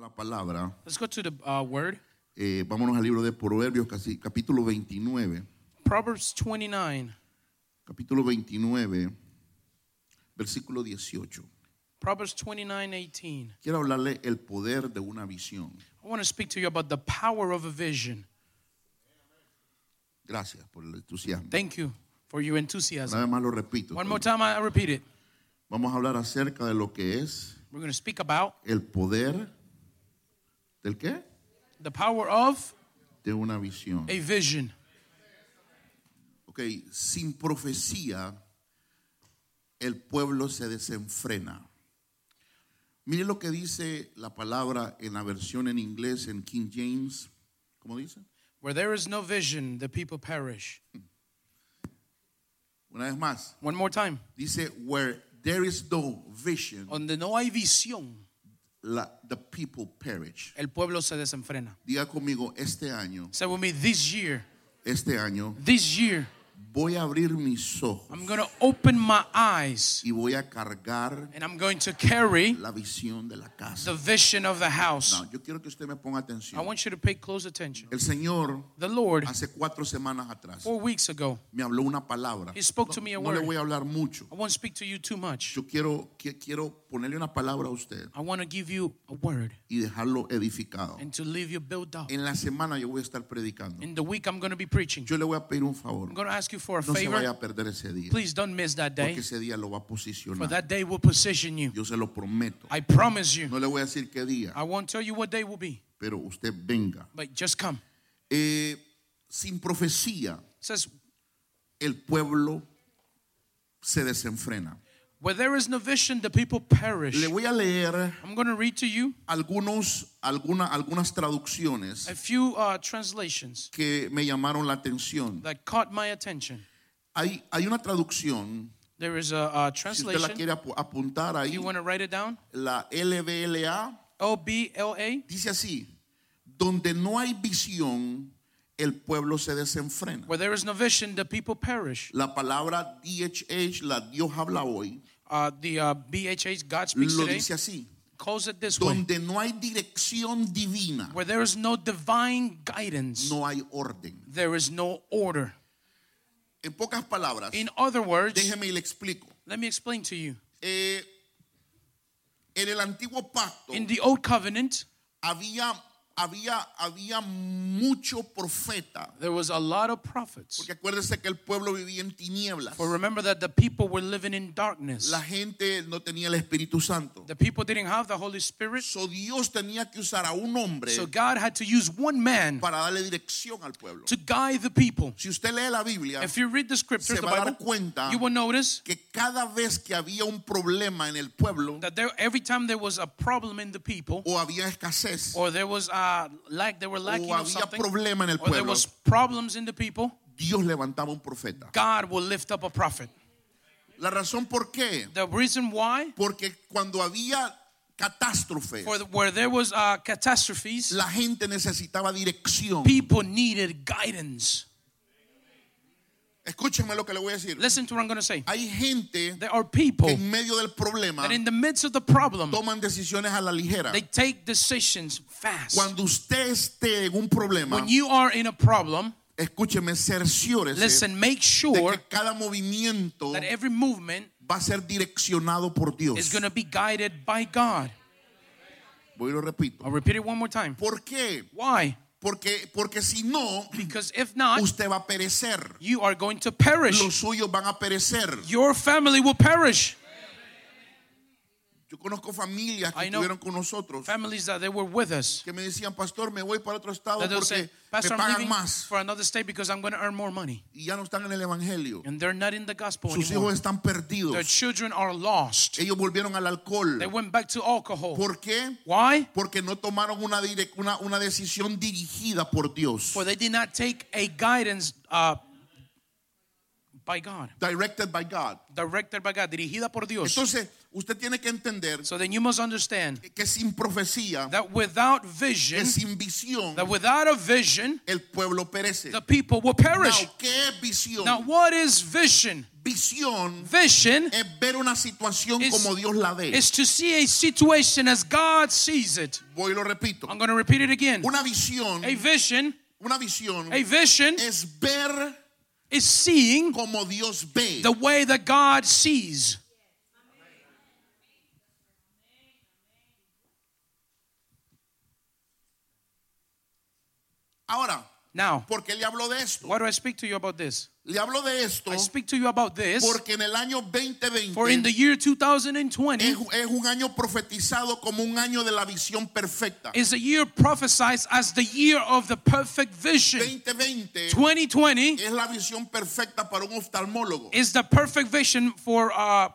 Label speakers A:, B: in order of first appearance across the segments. A: la palabra,
B: Let's go to the uh, word.
A: eh, vámonos al libro de Proverbios, casi- capítulo 29.
B: Proverbs 29.
A: Capítulo 29, versículo 18.
B: Proverbs 29, 18.
A: Quiero hablarle el poder de una visión.
B: I want to speak to you about the power of a vision.
A: Gracias por el entusiasmo.
B: Thank you for your enthusiasm.
A: Una vez más lo repito.
B: One more time, I repeat it.
A: Vamos a hablar acerca de lo que es
B: We're going to speak about
A: el poder del qué?
B: the power of
A: De una visión.
B: a vision.
A: Ok, sin profecía el pueblo se desenfrena. Mire lo que dice la palabra en la versión en inglés, en King James. ¿Cómo dice?
B: Where there is no vision, the people perish.
A: Una vez más,
B: One more time.
A: dice, where there is no vision,
B: Donde no hay visión,
A: la- the people perish.
B: el pueblo se desenfrena.
A: Diga conmigo, este año,
B: Say with me, this year,
A: este año,
B: this year,
A: voy a abrir mis ojos
B: I'm going to open my eyes
A: y voy a cargar
B: and I'm going to carry
A: la visión de la
B: the
A: casa.
B: vision of the house.
A: No, yo quiero que usted me ponga
B: I
A: atención.
B: want you to pay close attention.
A: El Señor
B: The Lord,
A: hace cuatro semanas atrás
B: four weeks ago,
A: me habló una palabra.
B: He spoke to me a
A: No le
B: word.
A: voy a hablar mucho.
B: I won't speak to you too much.
A: Yo quiero, que- quiero ponerle una palabra a usted
B: I want to give you a word
A: y dejarlo edificado.
B: and to leave you built up.
A: En la semana yo voy a estar predicando.
B: In the week, I'm going to be preaching.
A: Yo le voy a pedir un favor.
B: I'm going to ask you for a
A: No se vaya
B: favor.
A: a perder ese día.
B: Please don't miss that
A: Porque
B: day,
A: ese día lo va a
B: for
A: posicionar.
B: that day will position you.
A: Yo se lo prometo.
B: I promise you.
A: No le voy a decir qué día,
B: I won't tell you what day will be,
A: pero usted venga.
B: but just come.
A: Eh, sin profecía,
B: It says,
A: el pueblo se desenfrena.
B: Where there is no vision, the people perish.
A: Le voy a leer
B: I'm going to read to you
A: algunos, alguna- algunas traducciones
B: a few uh, translations
A: que me llamaron la atención.
B: that caught my attention.
A: Hay, hay una traducción,
B: There is a, uh
A: si usted la
B: translation.
A: quiere apu- apuntar ahí,
B: You want to write it down?
A: la LBLA,
B: O B L A.
A: dice así, donde no hay visión, el pueblo se desenfrena.
B: Where there is no vision, the people perish.
A: La palabra DHH, la Dios habla hoy,
B: Uh, the uh, BHH, God speaks
A: lo
B: today,
A: dice así,
B: calls it this way.
A: donde no hay dirección divina,
B: Where there is no divine guidance,
A: no hay orden.
B: there is no order.
A: En pocas palabras,
B: In other words,
A: déjeme y le explico.
B: let me explain to you.
A: Eh, en el antiguo pacto
B: In the Old Covenant,
A: había, había, había mucho profeta.
B: there was a lot of prophets.
A: Porque acuérdense que el pueblo vivía en tinieblas.
B: But remember that the people were living in darkness.
A: La gente no tenía el Espíritu Santo.
B: The people didn't have the Holy Spirit.
A: So Dios tenía que usar a un hombre
B: So God had to use one man
A: para darle dirección al pueblo.
B: to guide the people.
A: Si usted lee la Biblia,
B: If you read the scriptures,
A: se
B: the
A: va a dar
B: Bible,
A: cuenta
B: you will notice
A: que cada vez que había un problema en el pueblo
B: that there, every time there was a problem in the people,
A: o había escasez o
B: or there was uh, lack, they were lacking of
A: Oh, había
B: something,
A: problema en el
B: or there
A: pueblo,
B: was problems in the people,
A: Dios levantaba un profeta.
B: God will lift up a prophet.
A: La razón por qué,
B: The reason why,
A: porque cuando había catástrofe,
B: for the, where there was uh, catastrophes,
A: la gente necesitaba dirección.
B: people needed guidance.
A: Escúchenme lo que le voy a decir.
B: Listen to what I'm going to say.
A: Hay gente
B: There are
A: que
B: people
A: en medio del problema
B: that in the midst of the problem,
A: toman decisiones a la ligera.
B: they take decisions fast.
A: Cuando usted esté en un problema,
B: When you are in a problem,
A: escúcheme, cerciórese
B: listen, make
A: de
B: sure
A: que cada movimiento
B: that every movement
A: va a ser direccionado por
B: is
A: Dios.
B: going to be guided by God.
A: Voy y lo repito.
B: I'll repeat it one more time.
A: ¿Por qué?
B: Why?
A: Porque, porque si no,
B: Because if not,
A: usted va a perecer.
B: you are going to perish.
A: Los suyos van a perecer.
B: Your family will perish.
A: Yo conozco familias que
B: I know.
A: estuvieron con nosotros
B: Families that they were with us.
A: que me decían, pastor, me voy para otro estado
B: That
A: Oh, porque
B: they'll say,
A: me
B: Pastor, I'm
A: pagan
B: leaving
A: más.
B: for another state because I'm going to earn more money.
A: Y ya no están en el evangelio.
B: And they're not in the gospel
A: Sus
B: anymore.
A: hijos están
B: Their
A: perdidos.
B: children are lost.
A: Ellos volvieron al alcohol.
B: They went back to alcohol.
A: ¿Por qué?
B: Why?
A: Porque no tomaron una, direc- una, una decisión dirigida por Dios.
B: For they did not take a guidance uh, by God,
A: Directed by God.
B: directed by God, dirigida por Dios.
A: Entonces, usted tiene que entender
B: pues, So then you must understand
A: que sin profecía,
B: that without
A: que
B: vision,
A: sin visión,
B: that without a vision,
A: el pueblo perece.
B: the people will perish.
A: Now, ¿qué es visión?
B: Now, what is vision?
A: Visión
B: Vision
A: es ver una situación
B: Is-
A: como Dios la ve.
B: is to see a situation as God sees it.
A: Voy y lo repito.
B: I'm going to repeat it again.
A: Una visión,
B: A vision,
A: una visión
B: a vision
A: es ver
B: is seeing
A: como Dios ve.
B: the way that God sees.
A: Ahora,
B: Now,
A: ¿por qué le hablo de esto?
B: why do I speak to you about this?
A: Le hablo de esto
B: I speak to you about this
A: porque en el año 2020
B: for in the year
A: es,
B: 2020
A: es un año profetizado como un año de la visión perfecta.
B: is a year prophesied as the year of the perfect vision.
A: 2020
B: 2020
A: es la visión perfecta para un oftalmólogo,
B: is the perfect vision for uh,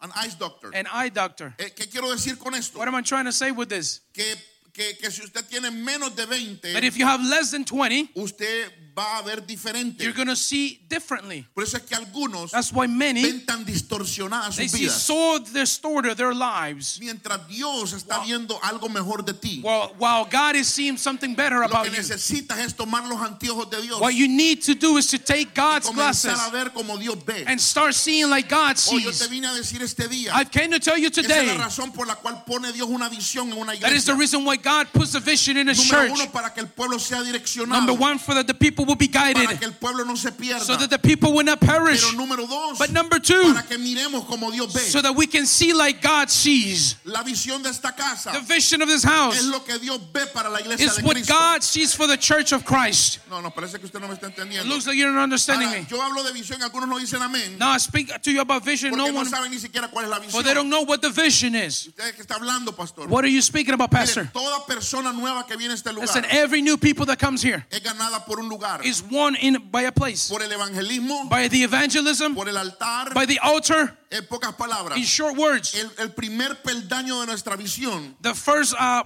A: an eye doctor.
B: an eye doctor.
A: Eh, ¿Qué quiero decir con esto?
B: What am I trying to say with this?
A: Que, que- que si usted tiene menos de
B: That
A: 20,
B: if you have less than 20,
A: usted va a ver diferente.
B: you're going to see differently.
A: Por eso es que algunos
B: That's why many
A: ven tan distorsionadas
B: they
A: sus
B: see
A: vidas.
B: so distorted their lives.
A: Mientras Dios está viendo algo mejor de ti,
B: While while God is seeing something better
A: lo que
B: about you.
A: necesitas es tomar los anteojos de Dios
B: What you need to do is to take
A: y
B: God's
A: comenzar
B: glasses
A: a ver como Dios ve.
B: and start seeing like God
A: Oh, yo te
B: sees.
A: vine a decir este día.
B: I came to tell you
A: Esa es la
B: today
A: razón por la cual pone Dios una visión en una
B: that is
A: iglesia.
B: the reason why God puts a vision in a
A: Número
B: church.
A: uno, para que el pueblo sea direccionado.
B: Number one, for that the people will be
A: para que
B: guided
A: el pueblo no se pierda.
B: so that the people will not perish.
A: Pero número dos,
B: But number two,
A: para que miremos como Dios ve.
B: so that we can see like God sees.
A: la visión de esta casa
B: The vision of this
A: es
B: house
A: lo que Dios ve para la iglesia
B: is
A: de
B: what
A: Cristo.
B: God sees for the church of Christ.
A: No, no, parece que usted no me está
B: It
A: entendiendo.
B: looks like you're not understanding
A: Ahora,
B: me.
A: yo hablo de visión, algunos no dicen amén.
B: Now I speak to you about vision.
A: porque
B: No
A: no,
B: one,
A: saben ni siquiera cuál es la
B: for
A: visión.
B: they don't know what the vision is.
A: Usted que está hablando, pastor.
B: What are you speaking about,
A: Mire,
B: Pastor?
A: toda persona nueva que viene a este lugar
B: Listen, every new people that comes here
A: es ganada por un lugar.
B: is won in by a place,
A: por el evangelismo,
B: by the evangelism,
A: por el altar.
B: by the altar.
A: en pocas palabras,
B: In short words,
A: el, el primer peldaño de nuestra visión
B: the first uh,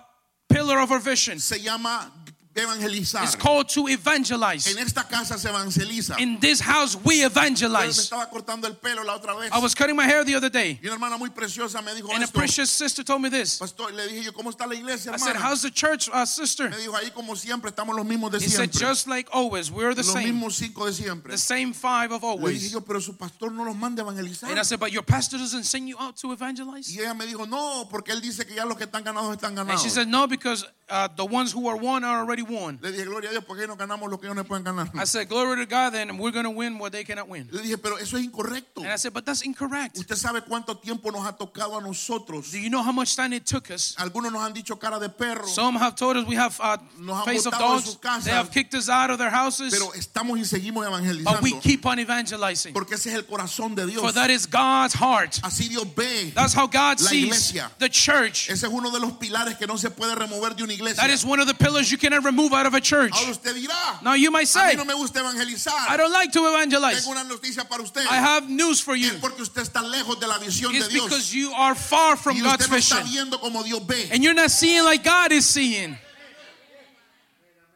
B: pillar of our vision
A: se llama evangelizar.
B: is called to evangelize.
A: En esta casa se evangeliza.
B: In this house, we
A: Yo me
B: evangelize.
A: estaba cortando el pelo la otra vez.
B: I was cutting my hair the other day,
A: y una hermana muy preciosa me dijo
B: and a
A: esto.
B: precious sister told me this.
A: Pastor, le dije yo, ¿cómo está la iglesia,
B: I said,
A: hermana?
B: "How's the church, uh, sister?"
A: me dijo, ahí como siempre, estamos los mismos de
B: He said,
A: siempre.
B: "Just like always, we're the
A: los
B: same,
A: mismos cinco de siempre.
B: the same five of
A: Le dije
B: always."
A: yo, pero su pastor no los manda a
B: And I
A: evangelizar.
B: said, "But your pastor doesn't send you out to evangelize?"
A: Y ella me dijo, no, porque él dice que ya los que están ganados están
B: And
A: ganados.
B: she said, "No, because uh, the ones who are won are already won."
A: le dije, gloria a Dios, porque ellos no ganamos lo que ellos no pueden ganar.
B: I said, "Glory to God, then we're gonna win what they cannot win."
A: Le dije, pero eso es incorrecto.
B: And I said, "But that's incorrect.
A: Usted sabe cuánto tiempo nos ha tocado a nosotros.
B: Do you know how much time it took us?"
A: Algunos nos han dicho cara de perro,
B: Some have told us we have uh,
A: Nos han
B: face of
A: botado de sus
B: dogs.
A: casas.
B: They have kicked us out of their houses,
A: pero estamos y seguimos
B: but we
A: evangelizando.
B: keep on evangelizing.
A: Porque ese es el corazón de
B: For
A: Dios.
B: that is God's heart.
A: Así Dios ve.
B: That's how God
A: La
B: sees
A: iglesia.
B: the church.
A: Ese es uno de los pilares que no se puede remover de una iglesia.
B: That is one of the pillars you cannot remove out of a church.
A: Ahora usted dirá,
B: Now you might
A: a mí
B: say,
A: no me gusta
B: I
A: evangelizar.
B: don't like to evangelize.
A: Tengo una noticia para usted.
B: I have news for you.
A: Es porque usted está lejos de la visión de
B: It's
A: Dios.
B: because you are far from
A: Y usted
B: God's
A: no está
B: vision.
A: viendo como Dios ve.
B: And you're not seeing like God is seeing.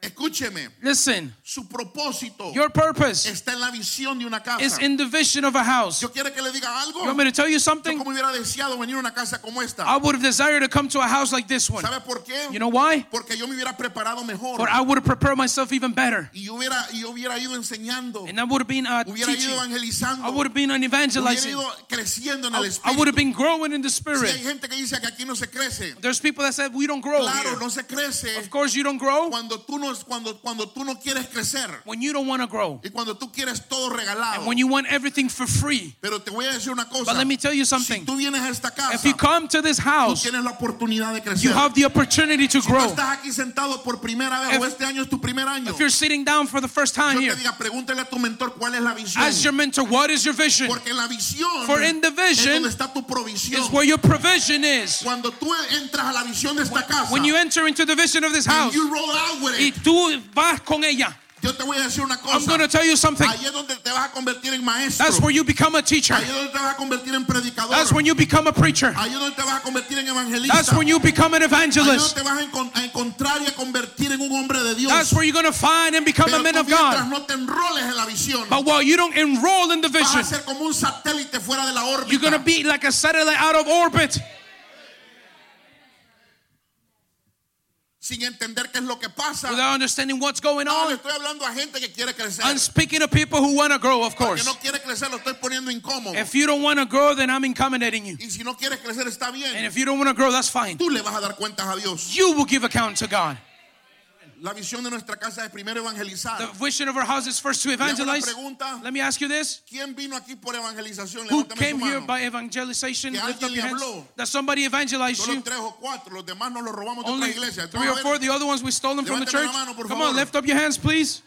A: Escúcheme,
B: Listen,
A: su propósito
B: your purpose
A: está en la visión de una
B: is
A: casa.
B: in the vision of a house. You
A: Yo quiero que le diga algo.
B: want me to tell you
A: Yo
B: something?
A: como hubiera deseado venir a una casa como
B: I
A: esta.
B: would have desired to come to a house like this one.
A: ¿Sabe por qué?
B: You know why?
A: Porque yo me hubiera preparado mejor.
B: But I would have prepared myself even better.
A: Y yo hubiera, y yo hubiera ido enseñando.
B: And I would have been uh,
A: Hubiera
B: teaching.
A: ido evangelizando.
B: I would have been an
A: Hubiera
B: evangelizing.
A: ido creciendo en el
B: I, I
A: espíritu.
B: would have been growing in the
A: Si
B: spirit.
A: hay gente que dice que aquí no se crece.
B: There's people that said we don't grow.
A: Claro,
B: here."
A: no se crece
B: Of course, you don't grow
A: cuando tú no, cuando, cuando tú no quieres crecer.
B: when you don't want to grow
A: Y cuando tú quieres todo regalado.
B: and when you want everything for free.
A: Pero te voy a decir una cosa.
B: But let me tell you
A: si
B: something.
A: tú vienes a esta
B: If
A: casa,
B: you come to this
A: tú
B: house,
A: tienes la oportunidad de crecer.
B: you have the opportunity to
A: Tú
B: grow.
A: estás aquí sentado por primera vez
B: If-
A: o este año es tu primer año.
B: If you're sitting down for the first time
A: Yo
B: here,
A: te diga, pregúntale a tu mentor cuál es la visión.
B: ask your mentor, What is your vision?
A: Porque la visión
B: For in the
A: es
B: vision
A: donde está tu provisión.
B: Is where your provision is.
A: Cuando tú entras a la visión de esta casa,
B: When you enter into the vision of this
A: and
B: house,
A: you roll out with
B: y
A: it,
B: tú vas con ella,
A: yo te voy a decir una
B: I'm
A: cosa.
B: going to tell you something.
A: Ahí es donde te vas a convertir en maestro.
B: That's where you become a teacher.
A: Ahí es donde te vas a convertir en predicador.
B: That's when you become a preacher.
A: Ahí es donde te vas a convertir en evangelista.
B: That's when you become an
A: Ahí es donde
B: evangelist.
A: te vas a, encon- a encontrar y a convertir en un hombre de Dios.
B: That's where you're going to find and become
A: Pero
B: a man
A: tú
B: of
A: mientras
B: God.
A: no te enroles en la visión,
B: But while you don't enroll in the
A: vas a
B: vision,
A: ser como un satélite fuera de la órbita.
B: you're going to be like a satellite out of orbit.
A: sin entender qué es lo que pasa.
B: without understanding what's going
A: No, le
B: on.
A: estoy hablando a gente que quiere crecer.
B: I'm speaking to people who want to grow, of
A: que
B: course.
A: no quiere crecer, lo estoy poniendo incómodo.
B: If you don't want to grow, then I'm incriminating you.
A: Y si no quieres crecer, está
B: And
A: bien.
B: if you don't want to grow, that's fine.
A: Tú le vas a dar cuentas a Dios.
B: You will give account to God.
A: La visión de nuestra casa es primero
B: The
A: evangelizar.
B: vision of our house is first to
A: Le hago una
B: evangelize.
A: pregunta.
B: Let me ask you this.
A: ¿Quién vino aquí por evangelización?
B: Who
A: Levántame tu
B: came here
A: mano.
B: by evangelization?
A: Que
B: Lift
A: alguien
B: up your
A: le
B: hands.
A: habló.
B: That somebody evangelized
A: Solo
B: you.
A: tres o cuatro. Los demás nos los robamos de
B: Only
A: otras iglesias.
B: three or
A: Vamos a
B: four.
A: ver.
B: The other ones we stole them from the
A: Levántame
B: church.
A: la mano, por
B: Come on,
A: favor.
B: lift up your hands, please.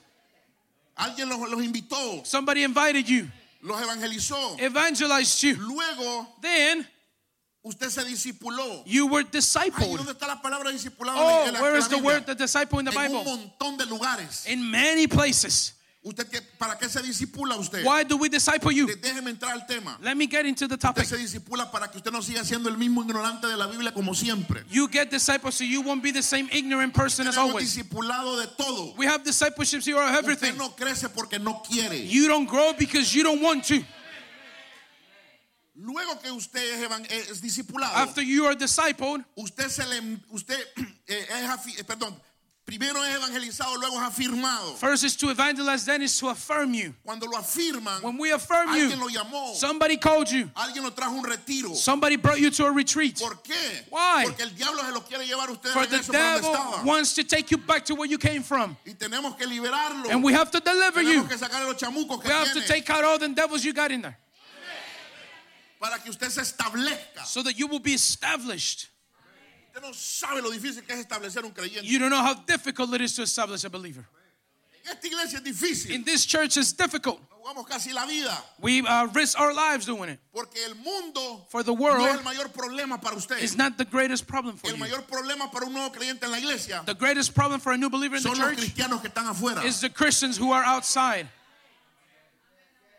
A: Alguien los, los invitó,
B: Somebody invited you,
A: los evangelizó.
B: evangelized you.
A: Luego
B: Then
A: usted se discipuló.
B: you were
A: Ahí
B: discipled.
A: dónde está la palabra discipulado en
B: Oh,
A: la- en la
B: where is the
A: Biblia?
B: word the disciple in the
A: en un
B: Bible?
A: montón de lugares.
B: In many places.
A: ¿Usted qué- para qué se disipula usted?
B: Why do we disciple you?
A: De- Déjeme entrar al tema.
B: Let me get into the topic.
A: Usted se disipula para que usted no siga siendo el mismo ignorante de la Biblia como siempre.
B: You get disciples so you won't be the same ignorant person as
A: Tenemos
B: always.
A: discipulado de todo.
B: We have discipleships here of
A: Usted
B: everything.
A: no crece porque no quiere.
B: You don't grow because you don't want to.
A: Luego que usted es, evan- eh, es discipulado,
B: After you are discipled,
A: usted se le usted eh, es afi- eh, perdón, primero es evangelizado, luego es afirmado.
B: first is to evangelize, then is to affirm you.
A: Cuando lo afirman,
B: When we affirm
A: alguien
B: you,
A: lo llamó,
B: somebody called you,
A: alguien lo trajo a un retiro.
B: somebody brought you to a retreat.
A: ¿Por qué?
B: Why?
A: Porque el diablo se lo quiere llevar a usted de
B: For the
A: regreso para donde
B: devil
A: estaba.
B: wants to take you back to where you came from.
A: Y tenemos que liberarlo.
B: And we have to deliver
A: tenemos
B: you.
A: que sacar los chamucos que
B: We have to
A: tiene
B: take out all the devils you got in there
A: para que usted se establezca.
B: so that you will be established.
A: Usted no sabe lo difícil que es establecer un creyente.
B: You don't know how difficult it is to establish a believer.
A: En esta iglesia es difícil.
B: In this church, it's difficult.
A: Nos jugamos casi la vida
B: We uh, risk our lives doing it.
A: porque el mundo
B: For the
A: no es el
B: world
A: mayor problema para usted.
B: is not the greatest problem for
A: El
B: you.
A: mayor problema para un nuevo creyente en la iglesia
B: The greatest problem for a new believer in the
A: son los
B: church
A: cristianos que están afuera.
B: is the Christians who are outside.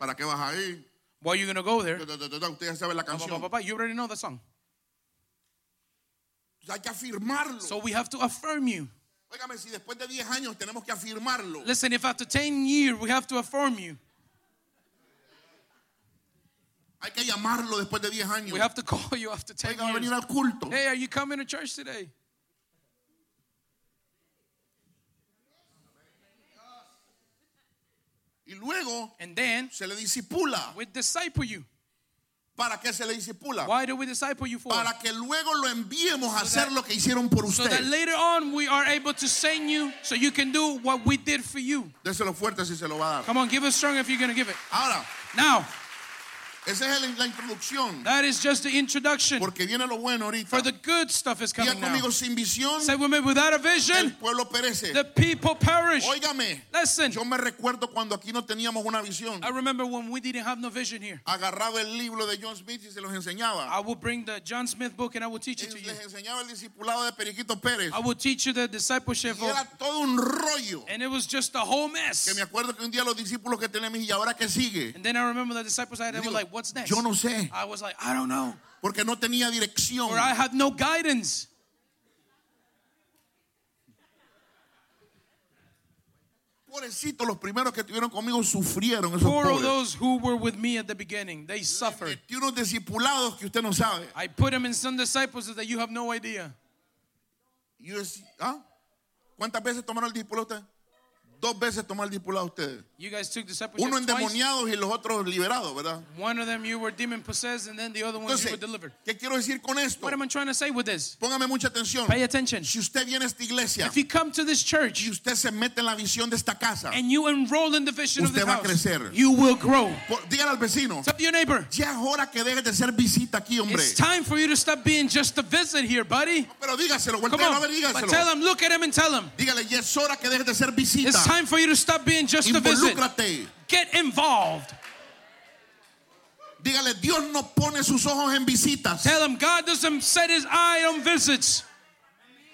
A: ¿Para qué vas ahí?
B: Why are you going to go there?
A: Ta, ta, ta, ta, Usted ya sabe la
B: Ba, ba,
A: canción.
B: ba, ba, ba. You already know the song.
A: Hay que afirmarlo.
B: So we have to affirm you.
A: Óigame, si después de 10 años tenemos que afirmarlo.
B: Listen, if after 10 years we have to affirm you,
A: Hay que llamarlo después de 10 años.
B: we have to call you after 10
A: Oiga, va a venir
B: years.
A: al culto.
B: Hey, are you coming to church today?
A: Y luego
B: And then
A: se le disipula.
B: we disciple you.
A: ¿Para qué se le disipula?
B: Why do we disciple you for?
A: Para que luego lo enviemos a
B: So that-
A: hacer lo que hicieron por
B: So that
A: usted.
B: later on we are able to send you so you can do what we did for you.
A: Déselo fuerte si se lo va a dar.
B: Come on, give us strong if you're going to give it.
A: Ahora,
B: Now,
A: esa es el- la introducción.
B: that is just the introduction.
A: Porque viene lo bueno ahorita.
B: For the good stuff is
A: Diga
B: coming now.
A: conmigo, sin visión,
B: Say with me, without a
A: el
B: vision,
A: pueblo perece.
B: the people perish.
A: Óigame,
B: Listen,
A: yo me recuerdo cuando aquí no teníamos una visión.
B: I remember when we didn't have no vision here.
A: Agarraba el libro de John Smith y se los enseñaba.
B: I would bring the John Smith book and I would teach
A: Y
B: it to you.
A: les enseñaba el discipulado de Periquito Pérez.
B: I would teach you the discipleship
A: Y
B: of,
A: era todo un rollo.
B: and it was just a whole
A: Que
B: mess.
A: me acuerdo que un día los discípulos que tenemos y ahora que sigue.
B: And then I remember the disciples I had, they
A: Digo,
B: were like, what's next?
A: Yo no sé,
B: I was like, I don't know.
A: porque no tenía dirección.
B: Or I had no guidance.
A: Pobrecitos, los primeros que estuvieron conmigo sufrieron esos
B: Four of
A: pobres.
B: those who were with me at the beginning, they suffered.
A: Metí unos discipulados que usted no sabe.
B: I put them in some disciples that you have no idea.
A: Y yo decí- ¿ah? ¿Cuántas veces tomaron el discipulado usted? Dos veces tomó el discipulado ustedes.
B: You guys took discipleship
A: Uno
B: twice.
A: endemoniados y los otros liberados, ¿verdad?
B: One of them you were demon possessed, and then the other one you
A: Entonces,
B: were delivered.
A: ¿qué quiero decir con esto?
B: What am I trying to say with this?
A: Póngame mucha atención.
B: Pay attention.
A: Si usted viene a esta iglesia
B: If you come to this
A: y
B: church
A: usted se mete en la visión de esta casa,
B: and you enroll in the vision of
A: Usted
B: the
A: va a
B: house,
A: crecer.
B: you will grow.
A: por- dígale al vecino,
B: Tell your neighbor,
A: ya es hora que deje de hacer visita aquí, hombre.
B: it's time for you to stop being just a visit here, buddy.
A: Pero dígaselo,
B: Come
A: voltea a ver,
B: on, but
A: dígaselo.
B: tell him, look at him and tell him,
A: Dígale, ya es hora que dejes de ser visita.
B: it's time for you to stop being just a visit.
A: Involúcrate.
B: Get involved.
A: Dígale, Dios no pone sus ojos en visitas.
B: Tell him God doesn't set his eye on visits.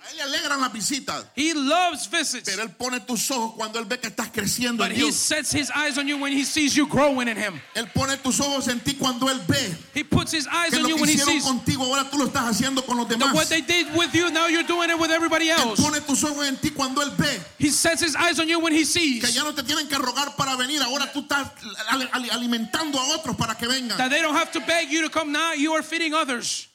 A: A él le alegran las visitas.
B: He loves visits,
A: Pero él pone tus ojos cuando él ve que estás creciendo
B: but
A: en
B: he
A: Dios.
B: sets his eyes on you when he sees you growing in him.
A: Él pone tus ojos en ti cuando él ve
B: He puts his eyes
A: que
B: on
A: lo
B: you
A: que
B: when he
A: hicieron
B: sees
A: contigo ahora tú lo estás haciendo con los
B: that
A: demás.
B: what they did with you, now you're doing it with everybody
A: Él
B: else.
A: pone tus ojos en ti cuando él ve
B: He sets his eyes on you when he
A: que
B: sees
A: ya no te tienen que rogar para venir. Ahora tú estás al- al- alimentando a otros para que vengan.
B: that they don't have to beg you to come now, you are feeding others.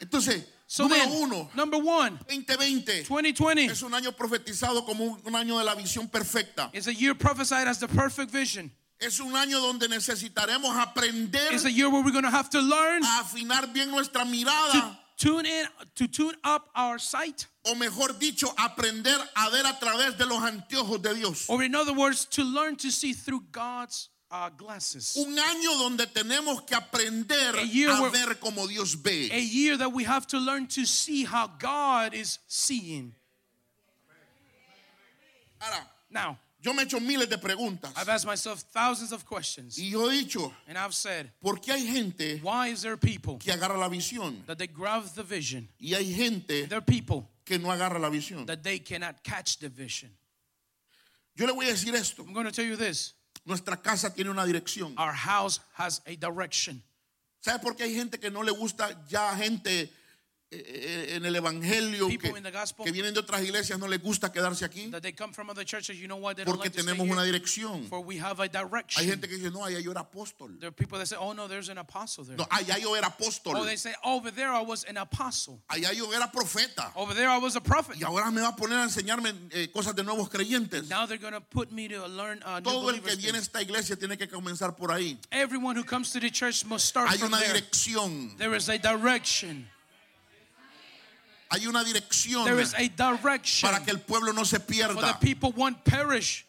A: Entonces,
B: So
A: Número
B: then,
A: uno.
B: number one,
A: 2020
B: 2020
A: es un año profetizado como un, un año de la visión perfecta.
B: is a year prophesied as the perfect vision.
A: Es un año donde necesitaremos aprender
B: It's a year where we're going to have to learn
A: a afinar bien nuestra
B: to
A: mirada.
B: tune in, to tune up our sight,
A: O mejor dicho, aprender a ver a través de los anteojos de Dios.
B: or in other words, to learn to see through God's uh, glasses.
A: Un año donde tenemos que aprender
B: A year
A: a
B: where-
A: ver como Dios
B: A
A: ve.
B: year that we have to learn to see how God is seeing.
A: Ahora,
B: Now,
A: yo me he hecho miles de preguntas.
B: I've asked myself thousands of questions,
A: Y yo he dicho,
B: and I've said,
A: ¿por qué hay gente
B: why is there people
A: que agarra la visión?
B: that they grab the vision?
A: Y hay gente
B: There are people
A: que no agarra la visión.
B: that they cannot catch the vision.
A: Yo le voy a decir esto.
B: I'm going to tell you this
A: Nuestra casa tiene una dirección.
B: our house has a direction.
A: ¿Sabe por qué hay gente que no le gusta ya gente eh, eh, en el evangelio
B: People
A: que,
B: in the gospel.
A: que vienen de otras iglesias no les gusta quedarse aquí?
B: That they come from other churches, you know why they don't
A: Porque
B: like to stay
A: tenemos
B: here?
A: una dirección.
B: For we have a direction.
A: Hay gente que dice, no, allá yo era apóstol.
B: There are people that say, oh no, there's an apostle there.
A: No, allá yo era apóstol.
B: Oh, they say, over there I was an apostle.
A: Allá yo era profeta.
B: Over there I was a prophet.
A: Y ahora me va a poner a enseñarme eh, cosas de nuevos creyentes.
B: Now they're going to put me to learn uh, new
A: Todo el que
B: believers
A: viene a
B: things.
A: esta iglesia tiene que comenzar por ahí.
B: Everyone who comes to the church must start
A: Hay
B: from
A: una
B: there.
A: dirección.
B: There is a direction.
A: Hay una dirección
B: There is a direction.
A: para que el pueblo no se
B: For the
A: pierda.
B: people won't perish.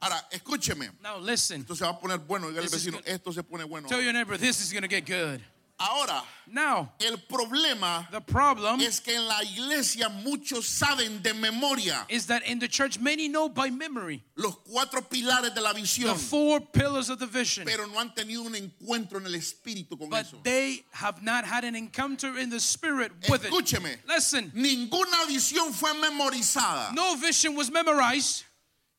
A: Ahora, escúcheme.
B: Now listen.
A: Esto se va a poner bueno. Diga al
B: This is
A: vecino,
B: good.
A: esto se pone bueno.
B: Tell your neighbor, this is going to get good.
A: Ahora,
B: Now,
A: el problema
B: the problem
A: es que en la iglesia muchos saben de memoria
B: is that in the church, many know by memory
A: los cuatro pilares de la
B: the
A: visión,
B: four pillars of the vision.
A: pero no han tenido un encuentro en el espíritu con
B: But
A: eso.
B: they have not had an encounter in the spirit with it.
A: Escúcheme.
B: Listen,
A: Ninguna visión fue memorizada.
B: no vision was memorized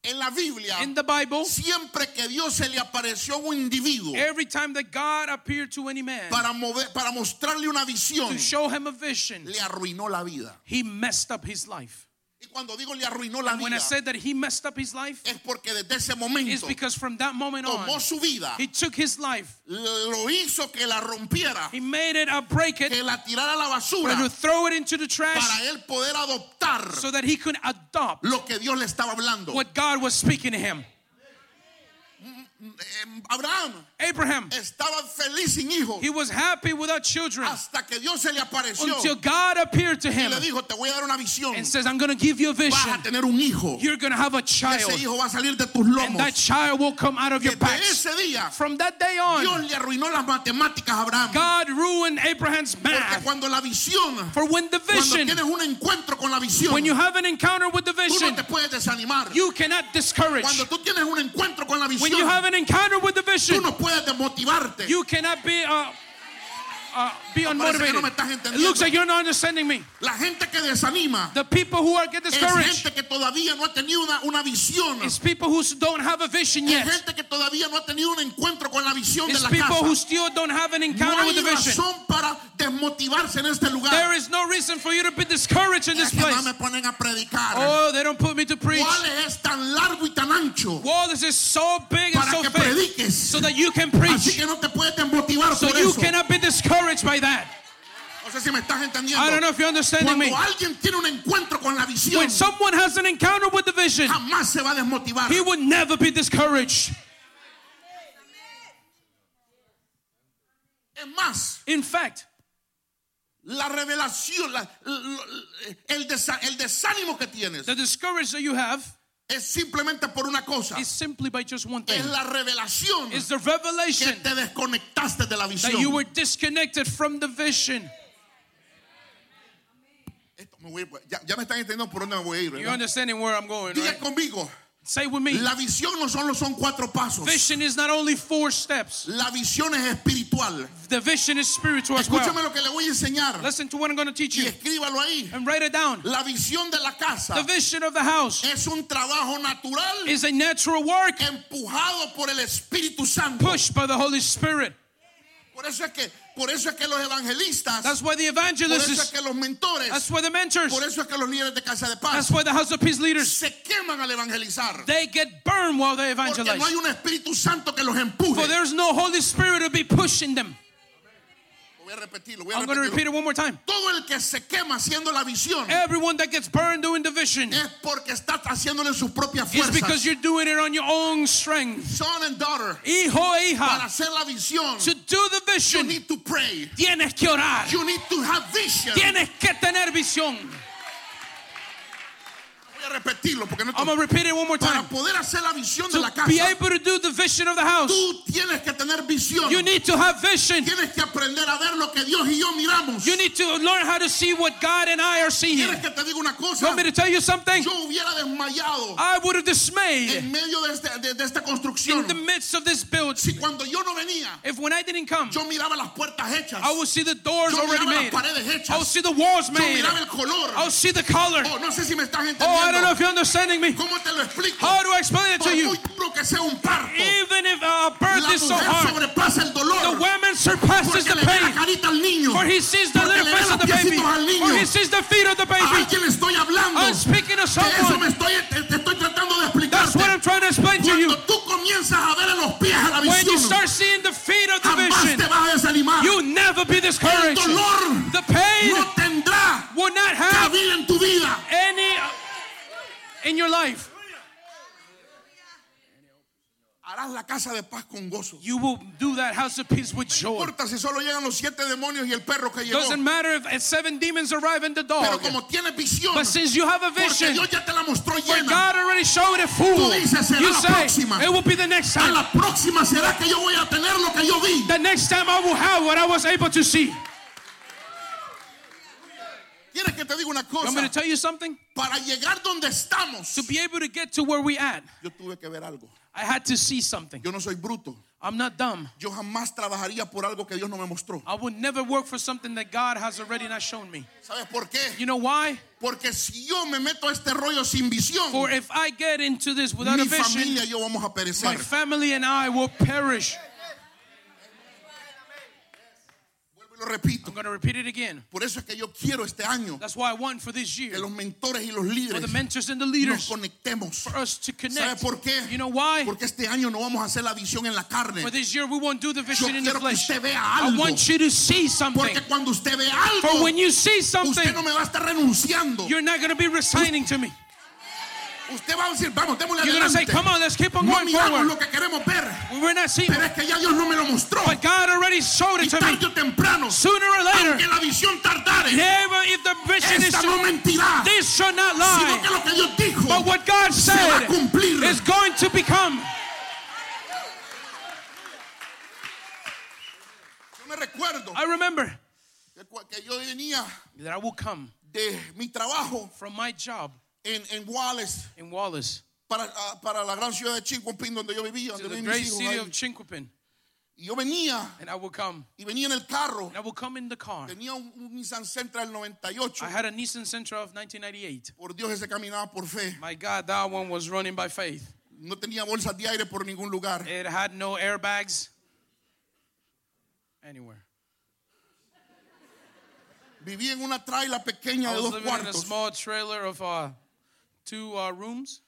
A: En la Biblia,
B: in the Bible.
A: siempre que Dios se le apareció a un individuo
B: Every time that God appeared to any man
A: para, mover, para mostrarle una visión,
B: to show him a vision,
A: le arruinó la vida.
B: he messed up his life.
A: Y cuando digo le arruinó la
B: When
A: vida,
B: I said that he messed up his life,
A: es porque desde ese
B: it's
A: momento
B: because from that moment
A: tomó
B: on,
A: su vida,
B: he took his life,
A: lo hizo que la rompiera,
B: he made it a break it,
A: que la tirara a la
B: but to
A: basura
B: throw it into the trash
A: para él poder adoptar
B: so that he could adopt
A: lo que Dios le estaba hablando.
B: what God was speaking to him.
A: Eh, Abraham
B: Abraham,
A: estaba feliz sin hijos
B: he was happy without children
A: hasta que Dios se le apareció
B: until God appeared to
A: y
B: him
A: le dijo, te voy a dar una visión,
B: and says, I'm going to give you a
A: vas
B: vision.
A: a tener un hijo.
B: You're going to have a
A: Ese
B: child,
A: hijo va a salir de tus
B: and
A: lomos.
B: that child will come out of your
A: Desde
B: packs.
A: ese día
B: From that day on,
A: Dios le arruinó las matemáticas a Abraham.
B: God ruined Abraham's
A: Porque
B: math.
A: cuando la visión,
B: For when the
A: cuando
B: vision,
A: tienes un encuentro con la visión,
B: when you have an encounter with the
A: tú no
B: vision,
A: te puedes desanimar.
B: you cannot discourage.
A: Cuando tú tienes un encuentro con la
B: When you
A: visión,
B: have an encounter with the
A: tú
B: vision,
A: no puedes desmotivarte.
B: you cannot be uh, uh, be
A: Parece que no me
B: unmotivated.
A: estás
B: It looks like
A: entendiendo.
B: you're not understanding me.
A: La gente que desanima
B: The people who are get
A: es
B: discouraged
A: gente que todavía no ha tenido una, una visión.
B: is
A: Es
B: people who don't have a vision yet.
A: gente que todavía no ha tenido un encuentro con la visión de
B: It's
A: la
B: people
A: casa.
B: who still don't have an
A: No
B: encounter with
A: hay
B: the vision.
A: razón para desmotivarse en este
B: There
A: lugar.
B: is no reason for you to be discouraged in
A: Es
B: this
A: que no
B: place.
A: me ponen a predicar.
B: Oh, they don't put me to preach.
A: ¿Cuál es tan largo y tan ancho
B: Wall this is so big and
A: para
B: so
A: que
B: thick
A: prediques?
B: so that you can
A: Así
B: preach.
A: que no te puedes desmotivar
B: So
A: por
B: you
A: eso.
B: cannot be discouraged by that.
A: No sé si me estás
B: I don't
A: entendiendo.
B: know if you're understanding me.
A: Cuando alguien tiene un encuentro con la visión,
B: When someone has an encounter with the vision,
A: jamás se va a desmotivar.
B: he would never be discouraged.
A: Es más,
B: In fact,
A: la revelación, la- lo- el, desa- el desánimo que tienes
B: the discouragement that you have
A: es simplemente por una cosa.
B: is simply by just one thing.
A: Es la revelación
B: It's the
A: que
B: revelation
A: te desconectaste de la
B: that you were
A: visión.
B: disconnected from the vision.
A: Esto me voy a ir- pues, ya, ya me están entendiendo por dónde me voy a ir.
B: You're
A: ¿verdad?
B: understanding where I'm going,
A: Diga
B: right?
A: conmigo,
B: Say with me.
A: la visión no solo son cuatro pasos.
B: Vision is not only four steps.
A: La visión es espiritual.
B: The vision is spiritual as
A: Escúchame
B: well.
A: lo que le voy a enseñar
B: Listen to what I'm going to teach
A: y
B: you
A: escríbalo ahí.
B: and write it down.
A: La visión de la casa
B: The vision of the house
A: es un trabajo natural
B: is a natural work
A: empujado por el Espíritu Santo.
B: pushed by the Holy Spirit.
A: Por eso es que, por eso es que los evangelistas,
B: That's why the
A: por eso es
B: evangelists,
A: que los mentores,
B: that's why the mentors,
A: por eso es que los líderes de casa de
B: that's
A: paz
B: why the House of Peace leaders,
A: se queman al evangelizar,
B: they get burned while they
A: porque no hay
B: evangelize.
A: un Espíritu Santo que los
B: For
A: empuje.
B: there's no Holy Spirit to be pushing them.
A: voy a repetir, lo voy a
B: I'm going to
A: repetir.
B: repeat it one more time.
A: Todo el que se quema haciendo la visión
B: Everyone that gets burned doing division
A: es porque está haciéndole sus propias
B: is
A: fuerzas.
B: because you're doing it on your own strength.
A: Son and daughter,
B: Hijo e
A: para
B: hija,
A: hacer la visión,
B: to do the
A: you
B: vision
A: need to pray.
B: tienes que orar.
A: You need to have vision.
B: Tienes que tener visión.
A: Voy a repetirlo porque no
B: I'm going to repeat it one more time.
A: Para poder hacer la visión de la
B: To
A: casa,
B: be able to do the vision of the house,
A: tú tienes que tener visión.
B: you need to have vision.
A: Tienes que aprender a ver lo que Dios y yo miramos.
B: You need to learn how to see what God and I are seeing.
A: ¿Quieres que te diga una
B: You
A: cosa?
B: want me to tell you something?
A: Yo hubiera desmayado
B: I would have dismayed
A: en medio de, este- de- de esta construcción.
B: in the midst of this build
A: Si cuando yo no venía,
B: if when I didn't come,
A: yo miraba las puertas hechas,
B: I would see the doors
A: yo
B: already
A: miraba las
B: made.
A: paredes
B: I
A: hechas,
B: would see the walls
A: yo
B: made.
A: miraba el color.
B: I would see the color. Oh,
A: Oh, no sé si me estás
B: I don't know
A: entendiendo.
B: if you're understanding me.
A: ¿Cómo te lo explico?
B: How do I explain it
A: Por
B: to you?
A: muy duro que sea un parto,
B: Even if
A: la
B: uh, a birth
A: mujer
B: is so hard,
A: sobrepasa el
B: the
A: dolor
B: woman surpasses
A: porque
B: the
A: le ve la
B: pain.
A: carita al niño.
B: For he sees the
A: Porque
B: little
A: le ve
B: face of the
A: los
B: baby.
A: piecitos al niño.
B: For he sees the feet of the
A: ¿A
B: baby.
A: quién le estoy hablando?
B: I'm speaking
A: De
B: to
A: eso me
B: someone.
A: estoy, te, te estoy tratando de
B: That's what
A: explicarte.
B: I'm trying to explain to you.
A: Cuando tú comienzas a ver en los pies a la
B: When you
A: visión,
B: start seeing the feet of the
A: jamás
B: vision,
A: te vas a desanimar.
B: you'll never be
A: El
B: discouraged.
A: dolor
B: The pain
A: no tendrá
B: will not have
A: cabida en tu vida.
B: any uh, in your life.
A: Harás la casa de paz con gozo.
B: You will do that house of peace with
A: No
B: joy.
A: importa si solo llegan los siete demonios y el perro que llegó.
B: Doesn't matter if uh, seven demons arrive in the
A: Pero
B: dog.
A: como tienes visión,
B: But since you have a
A: porque
B: vision, Oh
A: Dios ya te la mostró llena.
B: God already showed it full.
A: dices, "Será
B: You
A: la
B: say,
A: próxima."
B: it will be the next
A: A
B: time.
A: la próxima será que yo voy a tener lo que yo vi.
B: The next time I will have what I was able to see.
A: Quieres que te diga una
B: I'm going
A: cosa.
B: to tell you something.
A: Para llegar donde estamos,
B: To be able to get to where we at,
A: yo tuve que ver algo.
B: I had to see something.
A: Yo no soy bruto.
B: I'm not dumb.
A: Yo jamás trabajaría por algo que Dios no me mostró.
B: I would never work for something that God has already not shown me.
A: ¿Sabes por qué?
B: You know why?
A: Porque si yo me meto a este rollo sin visión,
B: For if I get into this without a
A: mi
B: vision,
A: familia y yo vamos a
B: my
A: perecer.
B: family and I will perish.
A: Vuelvo y lo repito.
B: I'm going to repeat it again.
A: Por eso es que yo quiero este año
B: That's why I want for this year
A: que los mentores y los
B: for the
A: líderes
B: mentors and the
A: nos
B: leaders
A: conectemos.
B: for us to
A: ¿Sabe
B: connect.
A: por qué?
B: You know why?
A: Porque este año no vamos a hacer la visión en la carne.
B: For this year, we won't do the
A: Yo
B: vision in the
A: quiero que
B: flesh.
A: usted vea
B: I
A: algo.
B: want you to see something.
A: Porque cuando usted ve
B: For
A: algo,
B: when you see something,
A: usted no me va a estar renunciando.
B: you're not going to be resigning to me.
A: Usted va a decir, vamos, démosle
B: You're going to say,
A: adelante.
B: come on, let's keep on
A: No
B: going
A: miramos
B: forward.
A: lo que queremos ver.
B: We're not seeing,
A: Pero es que ya Dios no me lo mostró.
B: but God already showed
A: Y
B: it to me.
A: tarde o temprano,
B: Sooner or
A: aunque
B: later,
A: la visión tardare,
B: never if the vision is
A: esta no
B: to,
A: mentirá.
B: this shall not
A: Sino que
B: lie.
A: lo que Dios
B: But
A: dijo
B: what God
A: se va a
B: said
A: cumplir.
B: is going to become.
A: Yo me recuerdo
B: I remember
A: que cu- que yo venía
B: that I will come
A: de mi trabajo
B: from my job
A: en, en Wallace
B: in Wallace
A: para, ah, para la gran ciudad de Chincompin donde yo vivía,
B: to
A: donde
B: the
A: vivían mis
B: great
A: hijos
B: city
A: ahí.
B: of Chinquapin.
A: Y yo venía
B: And I will come.
A: y venía en el carro.
B: And I will come in the car.
A: Tenía un, un Nissan Sentra del 98.
B: I had a Nissan Sentra of 1998.
A: Por Dios ese caminaba por fe.
B: My God, that one was running by faith.
A: No tenía bolsas de aire por ningún lugar.
B: It had no airbags anywhere.
A: Vivía en una traila pequeña
B: I
A: de
B: was
A: dos
B: living in a
A: cuartos.
B: small trailer of uh, two uh, rooms.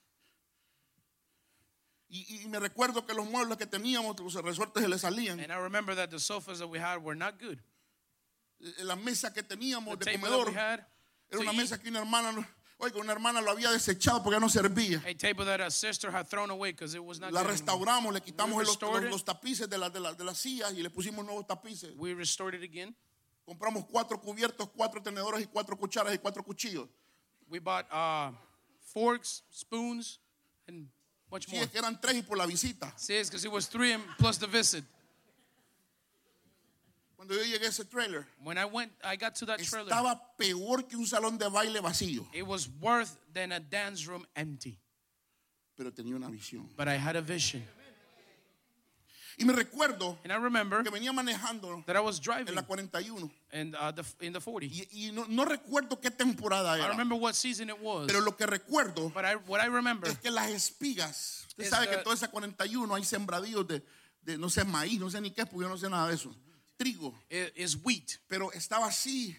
A: Y, y me recuerdo que los muebles que teníamos, los resortes se le salían.
B: And I remember that the sofas that we had were not good.
A: Eh, La mesa que teníamos
B: The
A: de
B: table that
A: comedor
B: we had,
A: era
B: to
A: una
B: eat,
A: mesa que una hermana, no- oiga, una hermana lo había desechado porque ya no servía.
B: a table that a sister had thrown away because it was not
A: La
B: good anymore.
A: restauramos, le quitamos
B: We
A: los, los-
B: restored it.
A: los tapices de, la, de, la- de las sillas y le pusimos nuevos tapices.
B: We restored it again.
A: Compramos cuatro cubiertos, cuatro tenedores y cuatro cucharas y cuatro cuchillos.
B: We bought uh, forks, spoons, and much
A: Sí,
B: more.
A: es que eran tres y por la visita.
B: Says because it was three and plus the visit.
A: Cuando yo llegué a ese trailer,
B: When I went, I got to that trailer.
A: estaba peor que un salón de baile vacío,
B: It was worse than a dance room empty.
A: pero tenía una visión.
B: But I had a vision.
A: Y me recuerdo
B: And I remember
A: que venía manejando
B: that I was
A: en
B: driving
A: la 41
B: and uh, the, in the 40.
A: y, y no, no recuerdo qué temporada
B: I
A: era,
B: remember what season it was.
A: pero lo que recuerdo
B: But I, what I remember
A: es que las espigas, usted
B: Is
A: sabe que
B: the-
A: toda esa 41 hay sembradíos de, de, no sé maíz, no sé ni qué, porque yo no sé nada de eso, trigo,
B: i- is wheat.
A: pero estaba así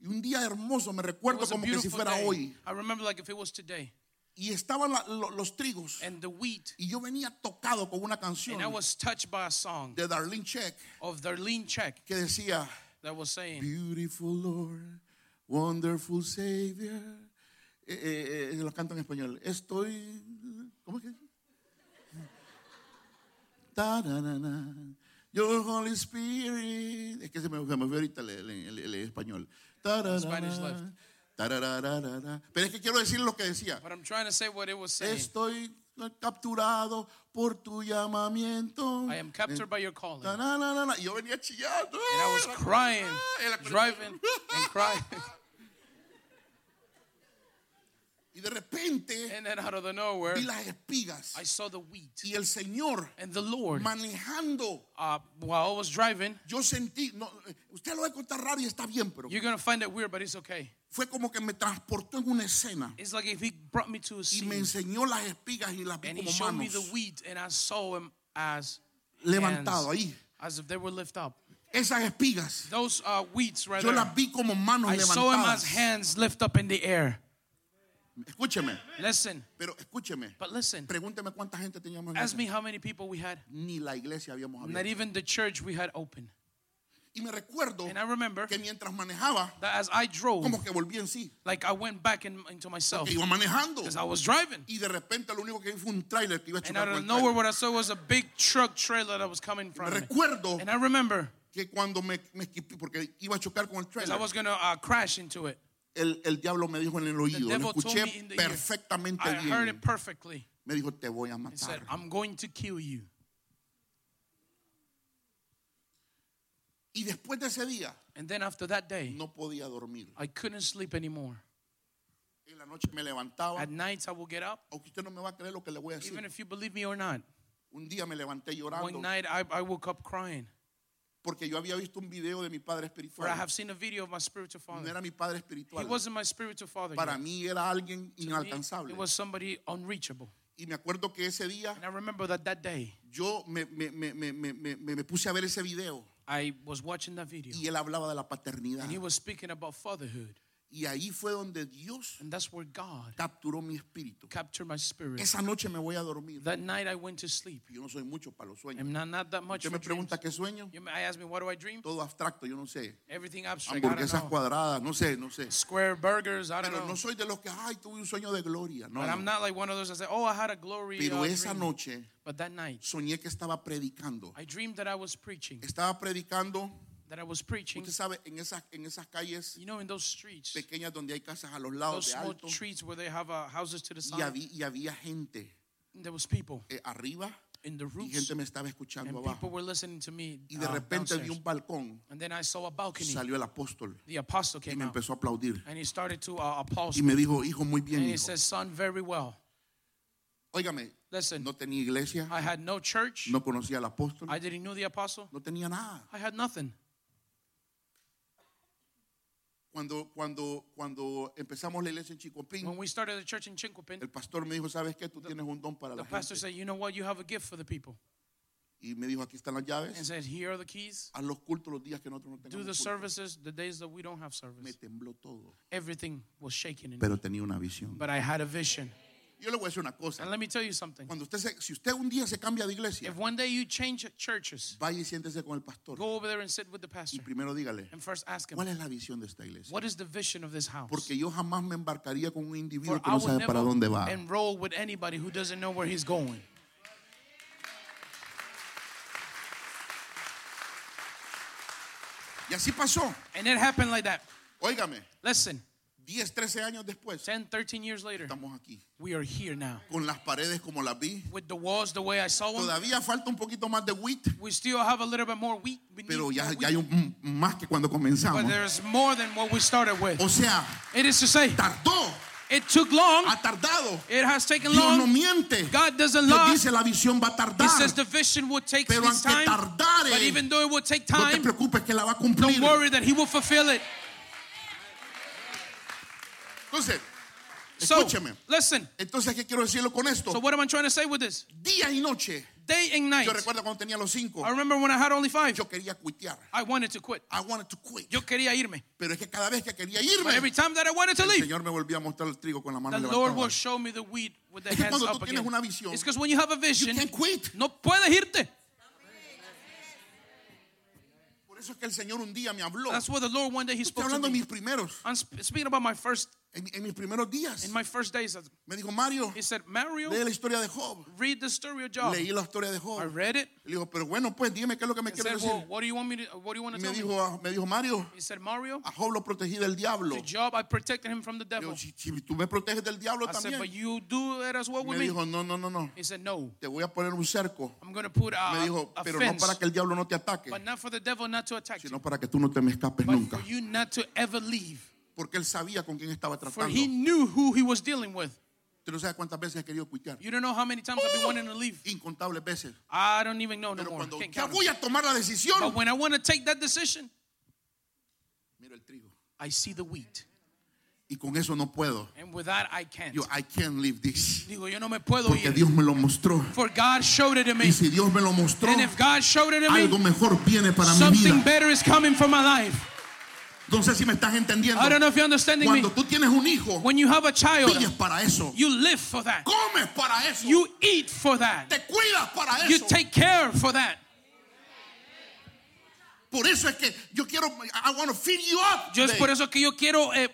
A: y un día hermoso, me
B: It
A: recuerdo
B: was a
A: como que si
B: beautiful
A: fuera
B: day.
A: hoy
B: I remember like if it was today.
A: y estaban la- lo- los trigos
B: And the wheat.
A: y yo venía tocado con una
B: And I
A: canción
B: was touched by a song
A: de Darlene Check
B: of Darlene Check
A: que decía
B: that was saying,
A: Beautiful Lord, wonderful Savior. Eh, eh, eh, lo canto en español. Estoy. ¿Cómo es que? Tararana. Your Holy Spirit. Es que se me, se me fue ahorita el, el- el- el español. Tararana.
B: Spanish left.
A: Tararararara. Pero es que quiero decir lo que decía.
B: but I'm trying to say what it was saying.
A: Estoy capturado por tu llamamiento.
B: I am captured by your calling.
A: Na,
B: And
A: na, na, na, na. Yo venía chillando.
B: I was crying,
A: Ah, en la-
B: driving and crying.
A: Y de repente
B: And then out of the nowhere,
A: vi las espigas
B: I saw the wheat.
A: y el Señor
B: And the Lord,
A: manejando.
B: uh, while I was driving,
A: Yo sentí, no, usted lo va a contar raro y está bien, pero
B: you're going to find it weird, but it's okay.
A: fue como que me transportó en una escena
B: It's like if he brought me to a
A: y me
B: scene
A: enseñó las espigas y las vi
B: and he
A: como
B: showed me the
A: manos
B: wheat and I saw him as
A: levantado
B: hands,
A: ahí.
B: as if they were lift up.
A: Esas espigas,
B: Those uh, wheats right
A: yo
B: there.
A: las vi como manos
B: I saw him as
A: levantadas.
B: hands lift up in the air.
A: Escúcheme,
B: Listen,
A: pero escúcheme.
B: but listen.
A: Pregúnteme cuánta gente teníamos. en
B: Ask
A: esa.
B: me how many people we had.
A: Ni la iglesia habíamos
B: Not
A: abierto.
B: even the church we had open.
A: Y me recuerdo
B: And I remember
A: que mientras manejaba,
B: that as I drove,
A: como que volví en sí.
B: like I went back in, into myself
A: Que iba manejando.
B: because I was driving.
A: Y de repente lo único que vi fue un tráiler que iba a
B: And
A: chocar
B: out
A: con
B: of
A: el
B: nowhere,
A: tráiler.
B: what I saw was a big truck trailer that was coming
A: Me
B: from me.
A: recuerdo
B: And I remember
A: que cuando me, me esquipé, porque iba a chocar con el
B: because
A: trailer,
B: I was going to uh, crash into it.
A: el, el diablo me dijo en el
B: The
A: oído, lo
B: devil told
A: escuché
B: me in the ear.
A: perfectamente
B: I heard
A: bien.
B: it perfectly.
A: Me dijo, te voy a
B: He
A: matar.
B: said, I'm going to kill you.
A: Y después de ese día,
B: And then after that day,
A: no podía dormir.
B: I couldn't sleep anymore.
A: En la noche me levantaba,
B: At nights, I would get up,
A: aunque usted no me va a creer lo que le voy a
B: even
A: decir.
B: if you believe me or not.
A: Un día me levanté
B: One
A: llorando
B: night, I, I woke up crying.
A: porque yo había visto un video de mi padre
B: For I
A: espiritual.
B: have seen a video of my spiritual
A: No
B: father.
A: era mi padre
B: He
A: espiritual.
B: wasn't my spiritual father.
A: Para
B: yet.
A: mí era alguien
B: He
A: inalcanzable.
B: was somebody unreachable.
A: Y me acuerdo que ese día
B: And I remember that that day,
A: yo me, me- me- me- me- me- me- me puse a ver ese video
B: I was watching that video.
A: y él hablaba de la paternidad.
B: And he was speaking about fatherhood.
A: Y ahí fue donde Dios
B: And that's where God
A: capturó mi espíritu.
B: captured my spirit.
A: Esa noche me voy a dormir.
B: That night, I went to sleep.
A: Yo no soy mucho para los sueños.
B: I'm not, not that much
A: Usted
B: for
A: me
B: dreams.
A: pregunta qué sueño.
B: You may ask me, what do I dream?
A: Todo abstracto, yo no sé.
B: Everything abstract. I
A: Hamburguesas
B: don't know.
A: cuadradas, no sé, no sé.
B: Square burgers. I don't
A: Pero
B: know.
A: no soy de los que, ay, tuve un sueño de gloria. No,
B: But I'm
A: no.
B: not like one of those that say, oh, I had a glory.
A: Pero
B: uh,
A: esa
B: dream."
A: noche
B: But that night,
A: soñé que estaba predicando.
B: I dreamed that I was preaching.
A: Estaba predicando,
B: That I was preaching.
A: usted sabe, en esas, en esas calles
B: You know, in those streets,
A: pequeñas donde hay casas a los
B: those
A: lados de
B: small
A: alto.
B: streets where they have uh, houses to the
A: Y
B: side,
A: había, y había gente
B: there was people
A: eh, arriba
B: in the
A: y
B: roofs,
A: gente me estaba escuchando
B: and people
A: abajo.
B: were listening to me.
A: Y de
B: uh,
A: repente vi
B: downstairs.
A: un balcón,
B: and then I saw a balcony.
A: salió el apóstol
B: The apostle
A: y
B: came
A: me
B: out,
A: empezó a aplaudir.
B: and he started to uh, applaud.
A: Y me dijo, hijo, muy
B: and
A: bien,
B: he
A: hijo.
B: says, "Son, very well.
A: Óigame,
B: Listen,
A: no tenía iglesia,
B: I had no church.
A: no conocía al apóstol,
B: I didn't know the apostle.
A: no tenía nada.
B: I had nothing.
A: Cuando, cuando, cuando empezamos la iglesia en
B: When
A: Chicopín,
B: we started the church in Chinquapin,
A: el pastor me dijo, ¿sabes qué? Tú tienes un don para
B: the
A: la
B: pastor
A: gente.
B: said, "You know what? You have a gift for the people."
A: Y me dijo, aquí están las llaves,
B: And said, "Here are the keys.
A: haz los cultos los días que nosotros no
B: Do the
A: tengamos culto".
B: services the days that we don't have
A: Me
B: service."
A: tembló todo,
B: Everything was shaking in me,
A: pero tenía una visión.
B: but I had a vision.
A: Yo le voy a decir una cosa.
B: And let me tell you something.
A: Cuando usted se- si usted un día se cambia de iglesia,
B: If one day you change churches,
A: vaya y siéntese con el pastor
B: go over there and sit with the
A: y
B: pastor
A: primero dígale,
B: and first ask
A: ¿cuál
B: him,
A: es la visión de esta iglesia?
B: What is the vision of this house?
A: Porque yo jamás me embarcaría con un individuo
B: For
A: que no sabe para dónde va.
B: enroll with anybody who doesn't know where he's going.
A: Y así pasó.
B: And it happened like that.
A: Óigame,
B: Listen,
A: 10, 13 años después,
B: 10, 13 years later,
A: estamos aquí.
B: we are here now.
A: Con las paredes como las vi.
B: With the walls the way I saw them,
A: Todavía falta un poquito más de wheat,
B: we still have a little bit more wheat. We need
A: pero ya,
B: more
A: ya hay
B: wheat. Pues
A: un- un- más que cuando
B: But
A: comenzamos.
B: there's more than what we started with.
A: O sea,
B: It is to say,
A: tardó,
B: it took long.
A: ha tardado.
B: It has taken
A: Ah, Dios no
B: long.
A: miente.
B: God doesn't
A: Dios
B: lie.
A: dice la visión va a
B: He
A: tardar.
B: says the vision will take
A: Pero
B: its
A: aunque
B: time. But
A: tardare,
B: even though it will take
A: no te
B: time,
A: preocupes que la va a
B: don't
A: cumplir.
B: worry that he will fulfill it.
A: Entonces,
B: So,
A: escúcheme.
B: listen.
A: Entonces, ¿qué quiero decirlo con esto?
B: So what am I trying to say with this?
A: Día y noche.
B: Day and night.
A: Yo recuerdo cuando tenía los cinco,
B: I remember when I had only five,
A: yo quería cuitear.
B: I wanted to quit.
A: I wanted to quit.
B: Yo quería irme.
A: Pero es que cada vez que quería
B: But every
A: irme,
B: time that I wanted to
A: el
B: leave,
A: Señor me volvía a mostrar el trigo con la mano
B: the Lord will
A: levantada.
B: show me the weed with the
A: Es que
B: hands
A: cuando
B: up
A: tú tienes
B: again.
A: una visión,
B: It's because when you have a
A: You
B: vision,
A: can't quit.
B: no puedes irte.
A: Por eso es que el Señor un día me habló.
B: That's why the Lord one day He
A: Estoy
B: spoke to
A: hablando de
B: me.
A: mis primeros,
B: I'm sp- speaking about my first,
A: en, en mis primeros días.
B: in my first days. as-
A: Me dijo, Mario,
B: He said, Mario,
A: lee la historia de Job.
B: read the story of Job.
A: Leí la historia de
B: I
A: Job.
B: read it.
A: Le dijo, pero bueno, pues dime qué es lo que me
B: He
A: quieres
B: said,
A: decir.
B: well, what do you want me to, what do you want to
A: me,
B: tell me?
A: dijo, ah, me dijo, Mario,
B: He said, Mario,
A: a Job lo protegí del diablo.
B: to Job, I protected him from the
A: Digo,
B: devil.
A: si, si tú me proteges del diablo
B: I said,
A: también.
B: but you do it as well
A: Me
B: with me.
A: dijo, no, no, no, no.
B: He said, no.
A: Te voy a poner un cerco.
B: I'm going to put
A: Me
B: a,
A: dijo,
B: a
A: pero no
B: fence,
A: para que el diablo no te ataque,
B: but not for the devil not to attack you,
A: sino para que tú no te me escapes
B: but
A: nunca.
B: for you not to ever leave.
A: Porque él sabía con quién estaba
B: For
A: tratando.
B: he knew who he was dealing with.
A: Tú no sabes cuántas veces he querido cuitear.
B: You don't know how many times I've been wanting to leave.
A: Incontables veces.
B: I don't even know no
A: Pero
B: more.
A: cuando
B: Can't
A: ya
B: count 'em.
A: voy a tomar la
B: But
A: decisión,
B: when I want to take that decision,
A: miro el trigo.
B: I see the wheat.
A: Y con eso no puedo.
B: And with that, I can't.
A: Yo, I can't leave this.
B: Digo, yo no me puedo
A: Porque
B: ir.
A: Dios me lo mostró.
B: For God showed it to me.
A: Y si Dios me lo mostró,
B: And if God showed it to me,
A: algo mejor viene para mi
B: something
A: vida.
B: better is coming for my life.
A: No sé si me estás entendiendo.
B: I don't know if you're understanding me.
A: Cuando tú tienes un hijo,
B: When you have a child,
A: vives para eso.
B: you live for that.
A: Comes para eso.
B: You eat for that.
A: Te cuidas para
B: You
A: eso.
B: take care for that.
A: Por eso es que yo quiero, I want to fill you up.
B: Yo es
A: today.
B: por eso que yo quiero eh,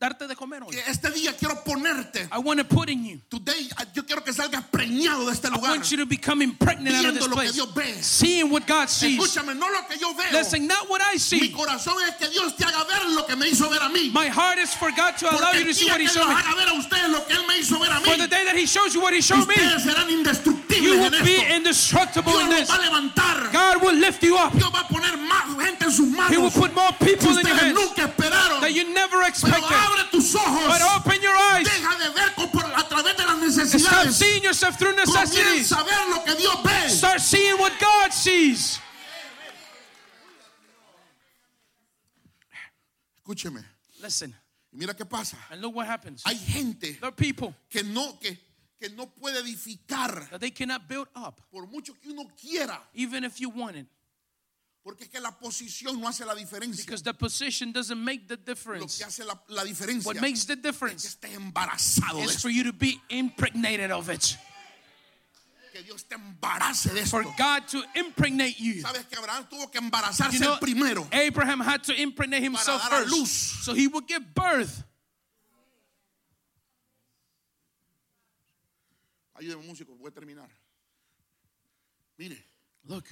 B: darte de comer hoy.
A: Que Este día quiero ponerte.
B: I want to put in you.
A: Today, yo quiero que salgas preñado de este
B: I
A: lugar.
B: want you to become impregnated out of
A: Viendo
B: this
A: lo que
B: place.
A: Dios ve.
B: Seeing what God sees.
A: Escúchame, no lo que yo veo.
B: Listen, not what I
A: Mi
B: see.
A: corazón es que Dios te haga ver lo que me hizo ver a mí.
B: My heart is for God to allow
A: Porque
B: you
A: el
B: to see
A: día
B: what
A: que
B: He
A: Dios
B: showed me.
A: haga ver a ustedes lo que Él me hizo ver a mí,
B: For the day that He shows you what He showed me,
A: ustedes serán
B: you
A: indestructibles en
B: will be
A: esto.
B: indestructible
A: Dios
B: in
A: los
B: this.
A: va a levantar.
B: God will lift you up.
A: Dios va a poner más gente en sus
B: He will
A: manos.
B: put more
A: que
B: people in your
A: ustedes
B: hands
A: nunca esperaron.
B: that you never
A: Pero
B: expected.
A: abre tus ojos.
B: But open your eyes
A: Deja de ver con- por- a través de las
B: and stop
A: necesidades.
B: seeing yourself through necessities.
A: Comienza a ver lo que Dios ve.
B: Start seeing what God sees.
A: Escúcheme.
B: Listen,
A: Y mira qué pasa.
B: and look what happens.
A: Hay gente
B: There are people
A: que no, que, que no puede edificar
B: that they cannot build up,
A: por mucho que uno quiera.
B: even if you want it,
A: Porque es que la posición no hace la diferencia.
B: because the position doesn't make the
A: Lo
B: difference.
A: que hace la, la diferencia
B: What makes the
A: que
B: difference
A: estés embarazado de
B: is
A: esto,
B: for you to be impregnated of it,
A: que Dios te embarace de
B: for
A: esto.
B: God to impregnate you.
A: Sabes que Abraham tuvo que embarazarse
B: You know, eh,
A: el primero.
B: Abraham had to impregnate himself
A: dar a luz.
B: first, so he would give birth.
A: Ayúdeme músico, voy a terminar. Mire,
B: Look,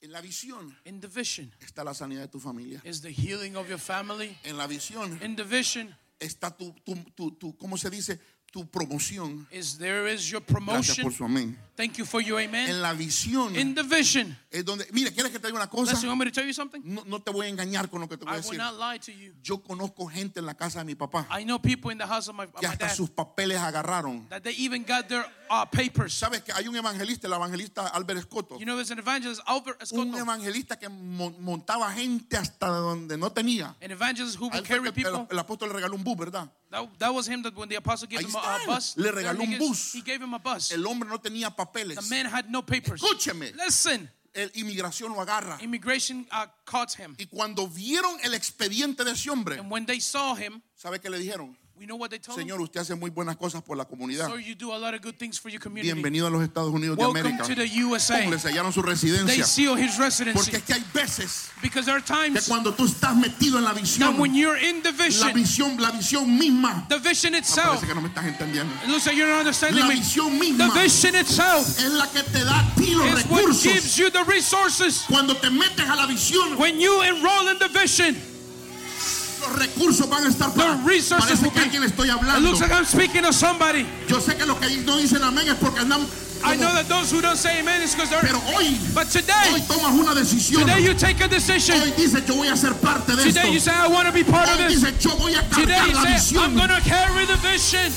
A: en la visión
B: in the vision
A: está la sanidad de tu familia.
B: is the healing of your family.
A: En la visión
B: In the vision
A: está tu, tu, tu, tu- ¿cómo se dice? Tu promoción.
B: is there is your
A: Gracias por
B: promotion.
A: su amén.
B: Thank you for your amen.
A: En la visión
B: In the vision,
A: es donde, mire, ¿quieres que te diga una cosa?
B: listen, you want me to tell you something?
A: No, no te voy a engañar con lo que te voy a
B: I will
A: decir.
B: not lie to you.
A: Yo conozco gente en la casa de mi papá
B: I know people in the house of my, of
A: que
B: my
A: hasta
B: dad
A: sus papeles agarraron.
B: that they even got their uh, papers.
A: Sabes que hay un evangelista, el evangelista Albert Escoto.
B: You know, there's an evangelist, Albert
A: Un
B: Escoto,
A: evangelista que mon- montaba gente hasta donde no tenía.
B: an evangelist who
A: Ahí
B: would
A: fue que
B: carry
A: El, el-
B: people.
A: el apóstol le regaló un bus, ¿verdad?
B: That, that was him that when the apostle gave
A: Ahí
B: him a,
A: está.
B: a bus,
A: Le
B: there
A: regaló
B: he
A: un
B: gives-
A: bus.
B: he gave him a bus.
A: El hombre no tenía papeles.
B: The man had no papers.
A: Escúcheme.
B: Listen,
A: El inmigración lo agarra.
B: immigration uh, caught him.
A: Y cuando vieron el expediente de ese hombre,
B: And when they saw him,
A: ¿sabe qué le dijeron?
B: we know what they told him.
A: Señor, usted hace muy buenas cosas por la comunidad.
B: Sir, you do a lot of good things for your community.
A: Bienvenido a los Estados Unidos de
B: Welcome
A: América.
B: to the USA.
A: Pum, Le sellaron su
B: They
A: residencia.
B: seal his
A: Porque
B: residency
A: es que hay veces
B: because there are
A: que
B: times
A: cuando tú estás metido en la visión,
B: that when you're in the
A: la
B: vision,
A: visión, la visión misma.
B: the vision
A: Parece
B: itself,
A: que no me estás entendiendo.
B: it looks like you're not understanding
A: La
B: me.
A: visión
B: The
A: misma
B: vision itself
A: es la que te da a ti los
B: is what
A: recursos.
B: gives you the resources.
A: Cuando te metes a la visión,
B: When you enroll in the vision,
A: los recursos van a estar para
B: resources
A: Parece
B: will
A: que a
B: be-
A: quien le estoy
B: it
A: hablando.
B: looks like I'm speaking to somebody.
A: Yo sé que los que no dicen amén es porque andan.
B: I know
A: como-
B: that those who don't say amen is because they're.
A: Pero hoy,
B: But
A: hoy
B: today,
A: tomas una decisión.
B: today you take a decision.
A: Hoy dices yo voy a ser parte de
B: Today you
A: esto.
B: say, I want to be part of
A: Hoy
B: this.
A: dices yo voy a
B: Today
A: cargar
B: you
A: la
B: say, I'm
A: visión.
B: going to carry the vision.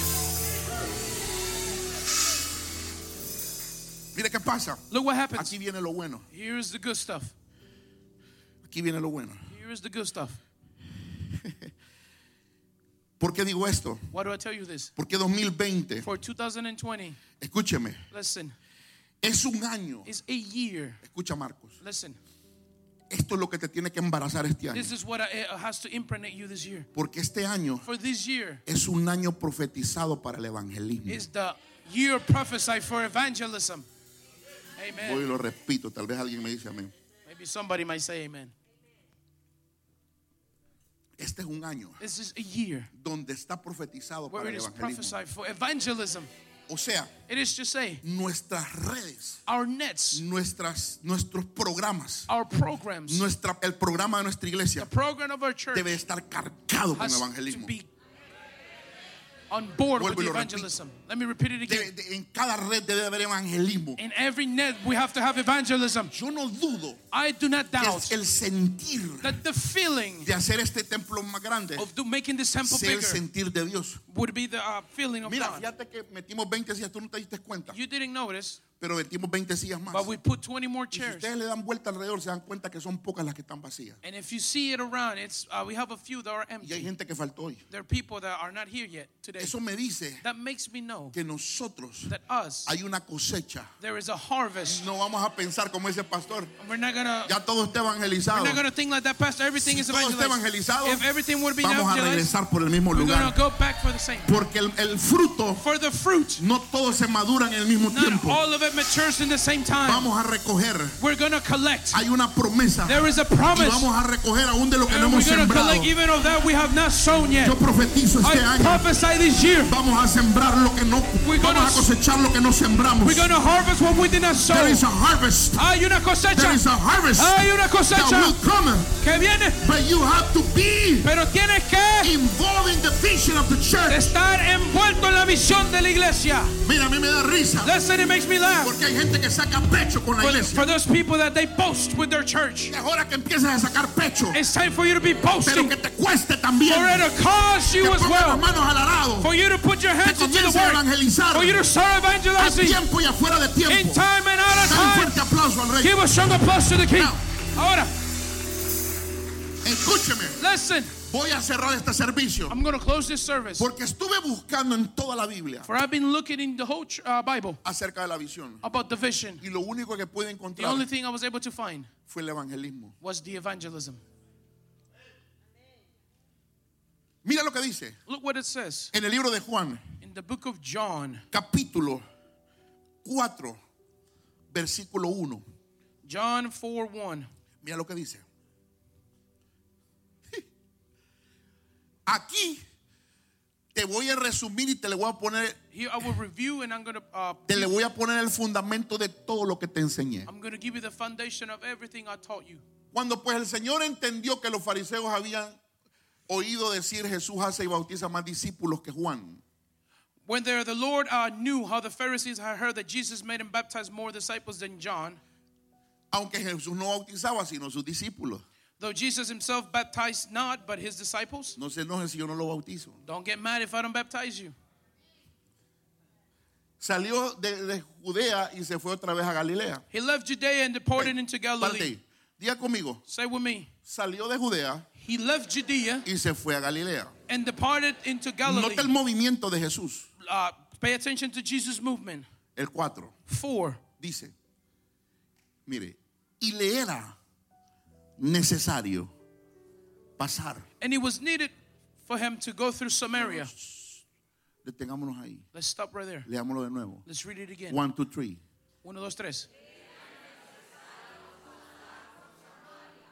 A: Mire qué pasa.
B: Look what happens.
A: Aquí viene lo bueno.
B: Here's the good stuff.
A: Aquí viene lo bueno.
B: Here's the good stuff.
A: ¿Por qué digo esto?
B: Why do I tell you this?
A: Porque 2020,
B: For 2020,
A: escúcheme,
B: listen,
A: es un año.
B: is a year.
A: Escucha Marcos,
B: Listen,
A: esto es lo que te tiene que embarazar este año.
B: this is what I, it has to impregnate you this year.
A: Porque este año
B: For this year
A: es un año profetizado para el evangelismo.
B: is the year prophesied for evangelism. Amen.
A: Hoy lo repito, tal vez alguien me dice amén.
B: Maybe somebody might say amen.
A: Este es un año
B: This is a year
A: donde está profetizado
B: where
A: para el
B: it is
A: evangelismo.
B: prophesied for evangelism.
A: O sea,
B: It is to say,
A: nuestras redes,
B: our nets,
A: nuestras, nuestros programas,
B: our programs,
A: nuestra, el programa de nuestra
B: the
A: iglesia
B: program of our church
A: debe estar cargado con
B: has to
A: evangelismo.
B: be on board
A: Vuelvo
B: with
A: y
B: the
A: lo repito.
B: evangelism. Let me repeat it
A: Debe-
B: again.
A: de- en cada red debe haber evangelismo.
B: In every net, we have to have evangelism.
A: Yo no dudo
B: I do not
A: que
B: doubt
A: el- el sentir
B: that the feeling
A: de hacer este templo más grande
B: of do, making this temple
A: sea el
B: bigger
A: sentir de Dios.
B: would be the uh, feeling of
A: Mira,
B: God.
A: fíjate que metimos 20 sillas, tú no te diste cuenta,
B: You didn't notice,
A: pero metimos 20 sillas más.
B: but we put 20 more
A: Y si
B: chairs.
A: ustedes le dan vuelta alrededor, se dan cuenta que son pocas las que están vacías.
B: And if you see it around, it's uh, we have a few that are
A: Y hay
B: empty.
A: gente que faltó hoy.
B: There are people that are not here yet today.
A: Eso me dice
B: That makes me know
A: que nosotros
B: that us,
A: hay una cosecha.
B: there is a harvest.
A: No vamos a pensar como ese pastor.
B: We're not gonna
A: Ya todo está
B: We're
A: evangelizado.
B: not going to think like that, Pastor. Everything
A: Si
B: is
A: todo está
B: evangelized.
A: evangelizado,
B: If everything would be
A: Vamos a
B: evangelized,
A: regresar por el mismo
B: we're going
A: lugar.
B: to go back for the same.
A: Porque el, el fruto
B: For the fruit,
A: no todo se madura en el mismo
B: not
A: tiempo.
B: all of it matures in the same time.
A: Vamos a recoger.
B: We're going to collect.
A: Hay una promesa.
B: There is a
A: Y
B: promise.
A: vamos a recoger aún de lo que no
B: And we're
A: hemos
B: going to
A: sembrado.
B: collect even of that we have not sown yet.
A: Yo profetizo este
B: I
A: año.
B: prophesy this year.
A: Vamos a sembrar lo que no.
B: We're gonna-
A: Vamos a cosechar lo que no sembramos.
B: We're going to harvest what we did not sow.
A: There is a harvest.
B: Hay una
A: There is
B: cosecha.
A: a harvest
B: Hay una
A: that
B: cosecha
A: will come.
B: que viene.
A: But you have to be
B: Pero tienes que
A: involved in the vision of the church.
B: estar envuelto en la visión de la iglesia.
A: Mira, a mí me da risa.
B: Listen, it makes me laugh.
A: Porque hay gente que saca pecho con la
B: For,
A: iglesia.
B: for those people that they boast with their church,
A: Es hora que empieces a sacar pecho.
B: it's time for you to be
A: Pero
B: boasting.
A: que te cueste
B: For
A: también.
B: it to cost you
A: Que
B: as
A: pongas las
B: well.
A: manos al arado.
B: For you to put your
A: Que
B: hands into
A: comiences
B: the
A: a
B: work.
A: evangelizar.
B: For you to serve
A: A
B: evangelizing
A: tiempo y afuera de
B: in
A: tiempo.
B: time and out of
A: Dale un
B: time.
A: fuerte aplauso al rey.
B: Give a strong applause to the King. Ahora,
A: Escúcheme.
B: listen.
A: Voy a cerrar este servicio.
B: I'm going to close this service.
A: Porque estuve buscando en toda la Biblia
B: For I've been looking in the whole ch- uh, Bible
A: acerca de la visión.
B: about the vision.
A: Y lo único que pude
B: The only
A: encontrar
B: thing I was able to find
A: fue el evangelismo.
B: was the evangelism.
A: Mira lo que dice
B: Look what it says
A: en el libro de Juan,
B: in the book of John.
A: capítulo 4, versículo 1.
B: John 4 1.
A: Mira lo que dice. Aquí te voy a resumir y te le voy a poner
B: Here I will review and I'm going to uh,
A: te le voy a poner el fundamento de todo lo que te enseñé.
B: I'm going to give you the foundation of everything I taught you.
A: Cuando pues el Señor entendió que los fariseos habían oído decir Jesús hace y bautiza más discípulos que Juan.
B: When there, the Lord uh, knew how the Pharisees had heard that Jesus made and baptized more disciples than John,
A: Aunque Jesús no bautizaba sino sus discípulos.
B: though Jesus himself baptized not but his disciples.
A: No se enojen si yo no lo bautizo.
B: Don't get mad if I don't baptize you.
A: Salió de, de Judea y se fue otra vez a Galilea.
B: He left Judea and departed
A: Hey,
B: into
A: Parte
B: Galilee.
A: ahí. Diga conmigo.
B: Say with me.
A: Salió de Judea
B: He left Judea
A: y se fue a Galilea.
B: and departed into Galilee.
A: Nota el movimiento de Jesús.
B: Uh, pay attention to Jesus' movement.
A: El 4
B: Four.
A: dice, mire, y le era necesario pasar.
B: And it was needed for him to go through Samaria.
A: Detengámonos ahí.
B: Let's stop right there.
A: Leámoslo de nuevo.
B: Let's read it again.
A: One, two, three.
B: Uno, dos, tres.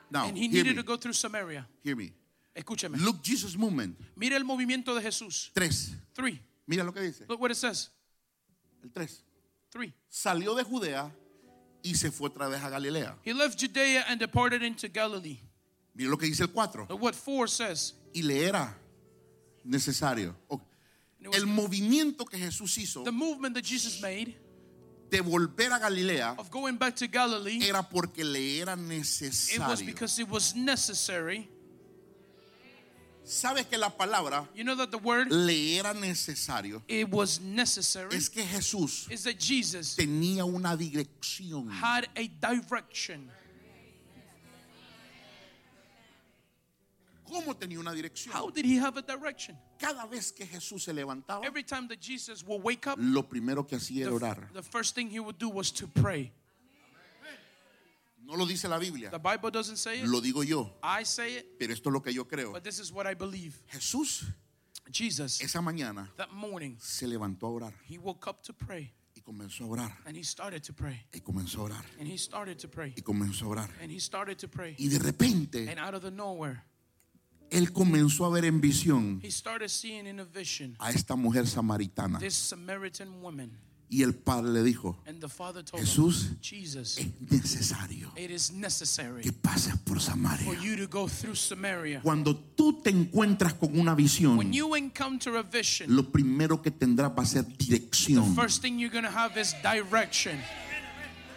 A: Now,
B: And he
A: Oh, hear me,
B: needed to go through Samaria.
A: hear me.
B: Escúchame.
A: Look Jesus movement.
B: Mira el movimiento de Jesús.
A: Tres.
B: Three.
A: Mira lo que dice.
B: Look what it says.
A: El tres.
B: Three.
A: Salió de Judea y se fue otra vez a Galilea.
B: He left Judea and departed into Galilee.
A: Mira lo que dice el cuatro.
B: Look what four says.
A: Y le era necesario. Ok.
B: And it
A: El
B: was
A: movimiento que Jesús hizo
B: the movement that Jesus made
A: de volver a Galilea
B: of going back to Galilee,
A: era porque le era
B: it was
A: necesario.
B: because it was necessary.
A: Sabes que la palabra
B: You know that the word
A: le era necesario
B: it was necessary
A: es que Jesús
B: is that Jesus
A: tenía una dirección.
B: had a direction.
A: ¿Cómo tenía una dirección?
B: How did he have a direction?
A: Cada vez que Jesús se levantaba,
B: Every time that Jesus would wake up,
A: lo primero que hacía era
B: the,
A: orar.
B: the first thing he would do was to pray.
A: No lo dice la Biblia,
B: The Bible doesn't say it.
A: lo digo yo,
B: I say it,
A: pero esto es lo que yo creo.
B: but this is what I believe.
A: Jesús
B: Jesus
A: esa mañana
B: that morning
A: se levantó a orar
B: he woke up to pray
A: y comenzó a orar
B: and he started to pray
A: y comenzó a orar
B: and he started to pray
A: y comenzó a orar.
B: and he started to pray
A: Y de repente
B: and out of the nowhere
A: él comenzó a ver en visión
B: he started seeing in a vision
A: a esta mujer samaritana.
B: this Samaritan woman.
A: Y el padre le dijo,
B: And the father told
A: Jesús,
B: him, Jesus,
A: es necesario
B: it is necessary
A: que pases por
B: for
A: Samaria.
B: you to go through Samaria.
A: Cuando tú te encuentras con una visión,
B: When you encounter a vision,
A: lo primero que tendrás va a ser
B: the
A: dirección.
B: first thing you're going to have is direction.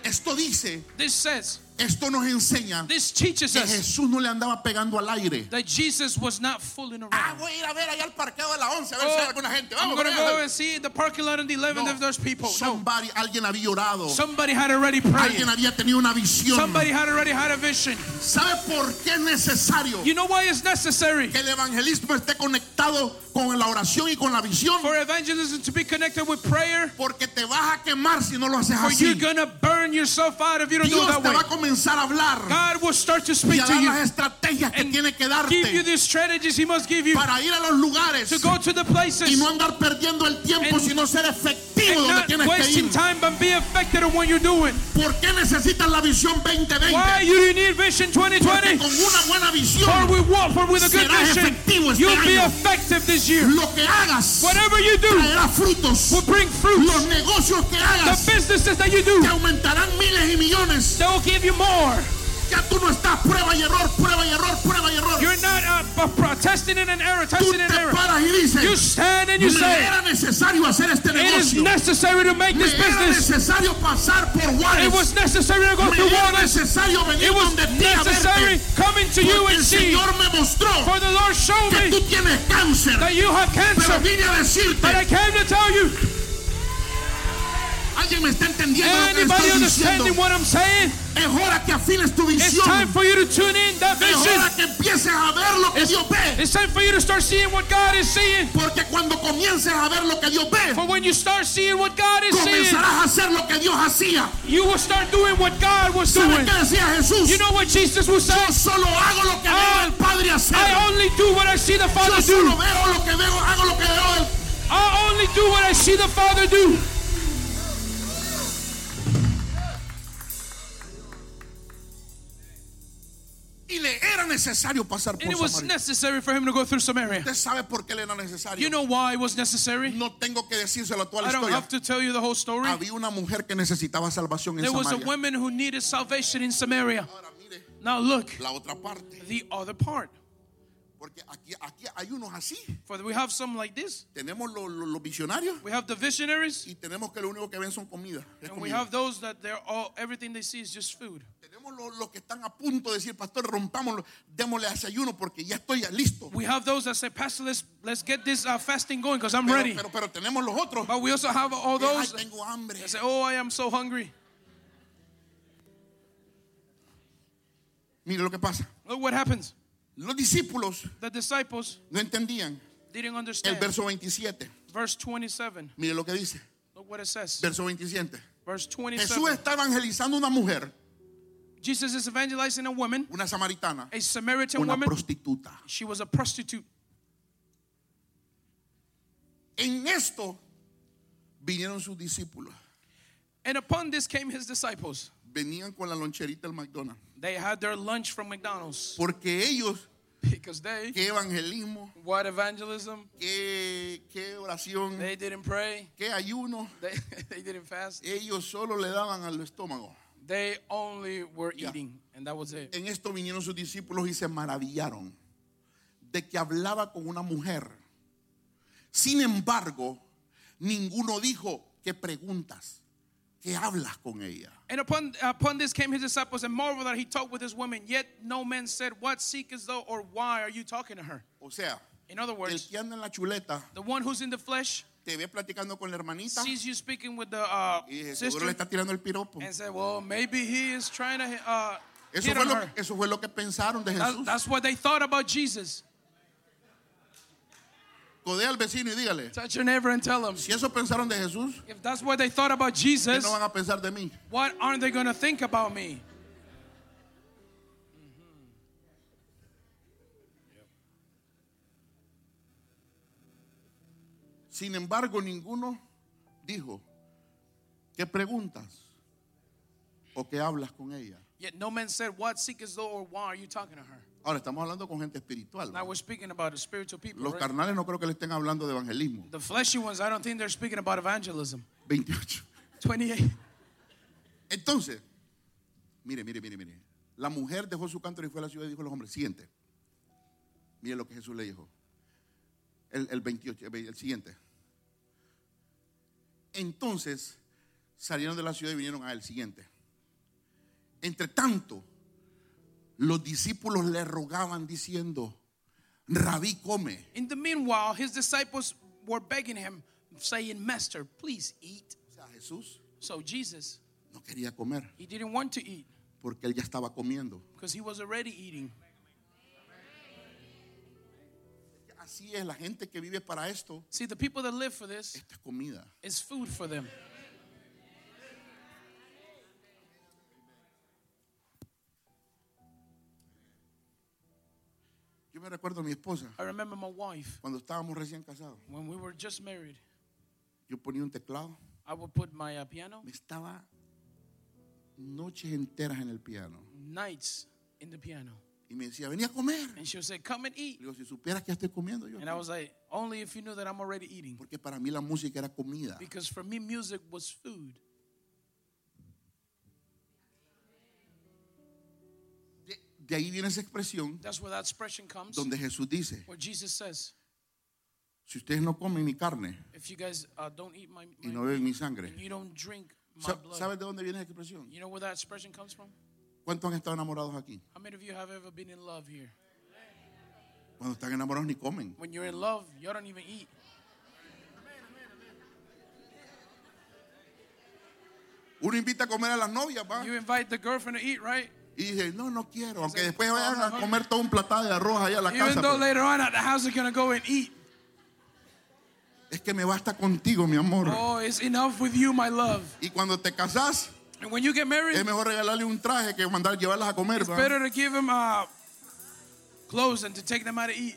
A: Esto dice,
B: This says,
A: esto nos enseña
B: this teaches
A: que
B: us
A: Jesús no le andaba pegando al aire.
B: that Jesus was not fooling
A: Ah,
B: around.
A: voy a ir a ver allá al parqueo de la 11 a ver si hay
B: Oh,
A: alguna gente.
B: I'm
A: Vamos,
B: going to
A: vamos.
B: go and see the parking lot on the 11th
A: No.
B: if there's people. No.
A: Somebody- alguien había orado.
B: Somebody had already prayed.
A: Alguien había tenido una visión.
B: Somebody had already had a vision.
A: ¿Sabe por qué es necesario
B: You know why it's necessary
A: que el evangelismo esté conectado con la oración y con la visión?
B: for evangelism to be connected with prayer?
A: Porque te vas a quemar si no lo haces
B: Or you're
A: así.
B: going to burn yourself out if you don't do it
A: Dios te
B: that
A: va
B: way.
A: a comenzar a hablar
B: God will start to
A: y
B: speak
A: a
B: to
A: dar
B: you
A: las estrategias que
B: and
A: tiene que
B: give you
A: darte
B: the strategies He must give you
A: para ir a los lugares
B: to go to the
A: y
B: places
A: no andar perdiendo el tiempo,
B: And-
A: sino ser efectivo
B: and
A: donde
B: not
A: tienes que
B: wasting
A: ir.
B: time but be effective in what you're doing.
A: ¿Por qué necesitas la visión 2020?
B: Why you need Vision
A: Porque
B: 2020?
A: con una buena
B: Or
A: visión,
B: we walk for with a good
A: Serás
B: vision.
A: efectivo este
B: You'll be
A: año.
B: effective this year.
A: lo que hagas
B: Whatever you do
A: traerá frutos.
B: will bring
A: Los
B: fruit.
A: negocios que
B: The
A: hagas
B: businesses that you do,
A: te aumentarán miles y millones.
B: they will give you more.
A: Ya tú no estás prueba y error, prueba y error, prueba y error.
B: You're not uh, b- pro- testing in an error,
A: Tú
B: testing in an
A: te
B: error.
A: paras y
B: You
A: dices,
B: stand and you
A: me
B: say,
A: era necesario hacer este
B: it is
A: negocio.
B: necessary to make
A: Me
B: this
A: era
B: business.
A: necesario pasar por
B: It
A: Juárez.
B: was necessary to go
A: Me
B: through
A: era
B: waters.
A: necesario venir
B: It was
A: donde ti a
B: necessary
A: verte.
B: coming to you
A: Porque
B: and
A: el
B: see.
A: Señor me mostró
B: For the Lord showed
A: que
B: me
A: tú tienes cáncer.
B: that you have
A: Pero
B: cancer.
A: vine a
B: But I
A: decirte,
B: came to tell you,
A: alguien me está entendiendo lo que le
B: anybody
A: estoy diciendo.
B: understanding what I'm saying?
A: Es hora que afines tu
B: It's time
A: visión.
B: for you to tune in that
A: Es
B: vision.
A: hora que empieces a ver lo que Dios ve.
B: It's time for you to start seeing what God is seeing.
A: Porque cuando comiences a ver lo que Dios ve,
B: For when you start seeing what God is seeing,
A: comenzarás a hacer lo que Dios hacía.
B: you will start doing what God was
A: ¿Sabes
B: doing.
A: qué decía Jesús?
B: You know what Jesus was
A: Yo
B: saying?
A: solo hago lo que veo
B: Ah,
A: al Padre hacer.
B: I only do what I see the
A: Yo
B: Father do.
A: solo veo lo que veo, hago lo que veo. del-
B: I only do what I see the Father do.
A: Y le era necesario pasar por
B: And it was
A: Samaria.
B: necessary for him to go through Samaria.
A: Usted sabe por qué le era necesario.
B: You know why it was necessary?
A: no tengo que decírselo a toda la
B: I don't
A: historia.
B: have to tell you the whole story.
A: Había una mujer que necesitaba salvación en
B: There was a
A: Samaria.
B: woman who needed salvation in Samaria.
A: Ahora mire
B: Now look,
A: la otra parte,
B: the other part.
A: porque aquí, aquí hay unos así.
B: For we have some like this.
A: Tenemos los, los- los visionarios
B: We have the visionaries,
A: y tenemos que lo único que ven son comida. es
B: and we
A: comida.
B: have those that they're all everything they see is just food.
A: Tenemos los, los que están a punto de decir, pastor, rompámoslo, démosle desayuno porque ya estoy ya listo.
B: We have those that say, Pastor, let's let's get this uh, fasting going because I'm
A: Pero,
B: ready.
A: pero, pero tenemos los otros.
B: But we also have all
A: que, Ay,
B: those that
A: tengo hambre.
B: say, Oh, I am so hungry.
A: Mire lo que pasa.
B: Look what happens.
A: Los discípulos
B: The disciples
A: no entendían
B: didn't
A: el
B: understand.
A: verso 27.
B: Verse 27.
A: Mire lo que dice.
B: Look what it says.
A: Verso 27.
B: Verse
A: Jesús
B: 27.
A: está evangelizando a una mujer,
B: Jesus is evangelizing a woman,
A: una samaritana,
B: a Samaritan
A: una
B: woman.
A: prostituta.
B: She was a prostitute.
A: En esto vinieron sus discípulos.
B: And upon this came his disciples.
A: Venían con la loncherita del McDonald's.
B: They had their lunch from McDonald's
A: Porque ellos,
B: because they,
A: qué evangelismo,
B: what evangelism,
A: qué, qué oración,
B: they didn't pray,
A: qué ayuno,
B: they, they didn't fast.
A: ellos solo le daban al estómago.
B: They only were
A: Yeah.
B: eating, and that was it.
A: En esto vinieron sus discípulos y se maravillaron de que hablaba con una mujer. Sin embargo, ninguno dijo que preguntas, que hablas con ella.
B: And upon, upon this came his disciples and marveled that he talked with this woman. Yet no man said, What seekest thou, or why are you talking to her?
A: O sea,
B: In other
A: el
B: words,
A: que anda en la chuleta
B: the one who's in the flesh
A: te ve platicando con la hermanita
B: sees you speaking with the uh,
A: y dice, seguro le
B: sister
A: está tirando el piropo.
B: and said, Well, maybe he is trying to uh,
A: Eso
B: hit
A: fue,
B: on
A: lo,
B: her.
A: eso fue lo que pensaron de
B: That-
A: Jesús.
B: that's what they thought about Jesus.
A: Codea al vecino y dígale,
B: Touch your neighbor and tell him.
A: si eso pensaron de Jesús,
B: If that's what they thought about
A: ¿qué
B: Jesus,
A: no van a pensar de mí?
B: what aren't they going to think about me?
A: Sin embargo, ninguno dijo, ¿qué preguntas? ¿O qué hablas con ella?
B: Yet no man said, What seekest thou, or why are you talking to her?
A: Ahora estamos hablando con gente espiritual.
B: Now
A: ¿no?
B: we're speaking about the spiritual people.
A: Los
B: right?
A: carnales no creo que le estén hablando de evangelismo.
B: The fleshy ones, I don't think they're speaking about evangelism.
A: 28.
B: 28.
A: Entonces, mire, mire, mire, mire. La mujer dejó su cántaro y fue a la ciudad y dijo a los hombres, siguiente. Mire lo que Jesús le dijo. El, el 28, el, ve- el siguiente. Entonces salieron de la ciudad y vinieron a él, siguiente. Entre tanto, los discípulos le rogaban diciendo, Rabí come.
B: In the meanwhile, his disciples were begging him, saying, Master, please eat.
A: O sea, Jesús
B: So Jesus,
A: no quería comer
B: he didn't want to eat
A: porque él ya estaba comiendo.
B: because he was already eating.
A: Así es, la gente que vive para esto,
B: See, the people that live for this
A: esto es comida.
B: is food for them.
A: Yo me recuerdo a mi esposa,
B: I remember my wife,
A: cuando estábamos recién casados,
B: when we were just married,
A: yo ponía un teclado,
B: I would put my uh, piano
A: me estaba noches enteras en el piano
B: nights in the piano.
A: y me decía, venía a comer. Le
B: And she would say, Come and eat.
A: digo, si supieras que ya estoy comiendo yo.
B: And I was like, Only if you knew that I'm already eating.
A: Porque para mí la música era comida.
B: Because for me, music was food.
A: De, de ahí viene esa expresión
B: That's where that expression comes,
A: donde Jesús dice,
B: where Jesus says,
A: si ustedes no comen mi carne
B: If you guys uh, don't eat my,
A: y
B: my
A: no beben mi
B: and
A: sangre,
B: you don't drink my
A: Sa-
B: blood.
A: ¿sabes de dónde viene esa expresión?
B: You know where that expression comes from?
A: ¿Cuántos han estado enamorados aquí?
B: How many of you have ever been in love here?
A: Cuando están enamorados ni comen.
B: When you're in love, you don't even eat.
A: Uno invita a comer a las novias, va.
B: You invite the girlfriend to eat, right?
A: Y dice, no, no quiero. Aunque después vayan a comer todo un platado de arroz allá a la
B: Even
A: casa. pues".
B: though
A: pero
B: later on at the house you're gonna go and eat.
A: Es que me basta contigo, mi amor.
B: Oh, it's enough with you, my love.
A: Y cuando te casas,
B: And when you get married,
A: es mejor regalarle un traje que mandar llevarlas a comer.
B: it's
A: ¿va?
B: better to give him uh, clothes than to take them out to eat.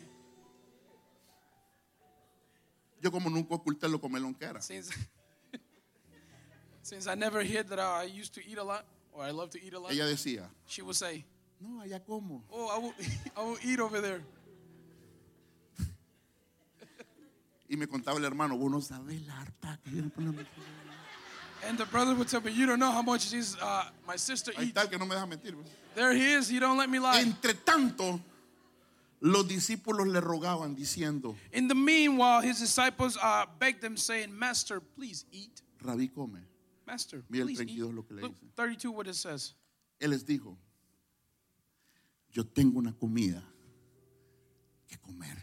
A: Yo como nunca oculté lo comelón que era.
B: Since, since I never heard that I used to eat a lot or I love to eat a lot,
A: Ella decía,
B: she would say,
A: no, allá como.
B: "Oh, I will, I will eat over there."
A: Y me contaba el hermano, vos no sabes la harta que yo le pongo a mi hijo".
B: And the brother would tell me, "You don't know how much these uh, my sister
A: Ahí
B: eats."
A: está el que no me deja mentir. ¿va?
B: There he is. You don't let me lie.
A: Entre tanto, los discípulos le rogaban diciendo,
B: In the meanwhile, his disciples uh, begged him, saying, "Master, please eat.
A: Rabí come.
B: Master,
A: Mira el
B: please
A: 32 lo
B: eat."
A: que le
B: Look,
A: dice.
B: 32, what it says.
A: Él les dijo, yo tengo una comida que comer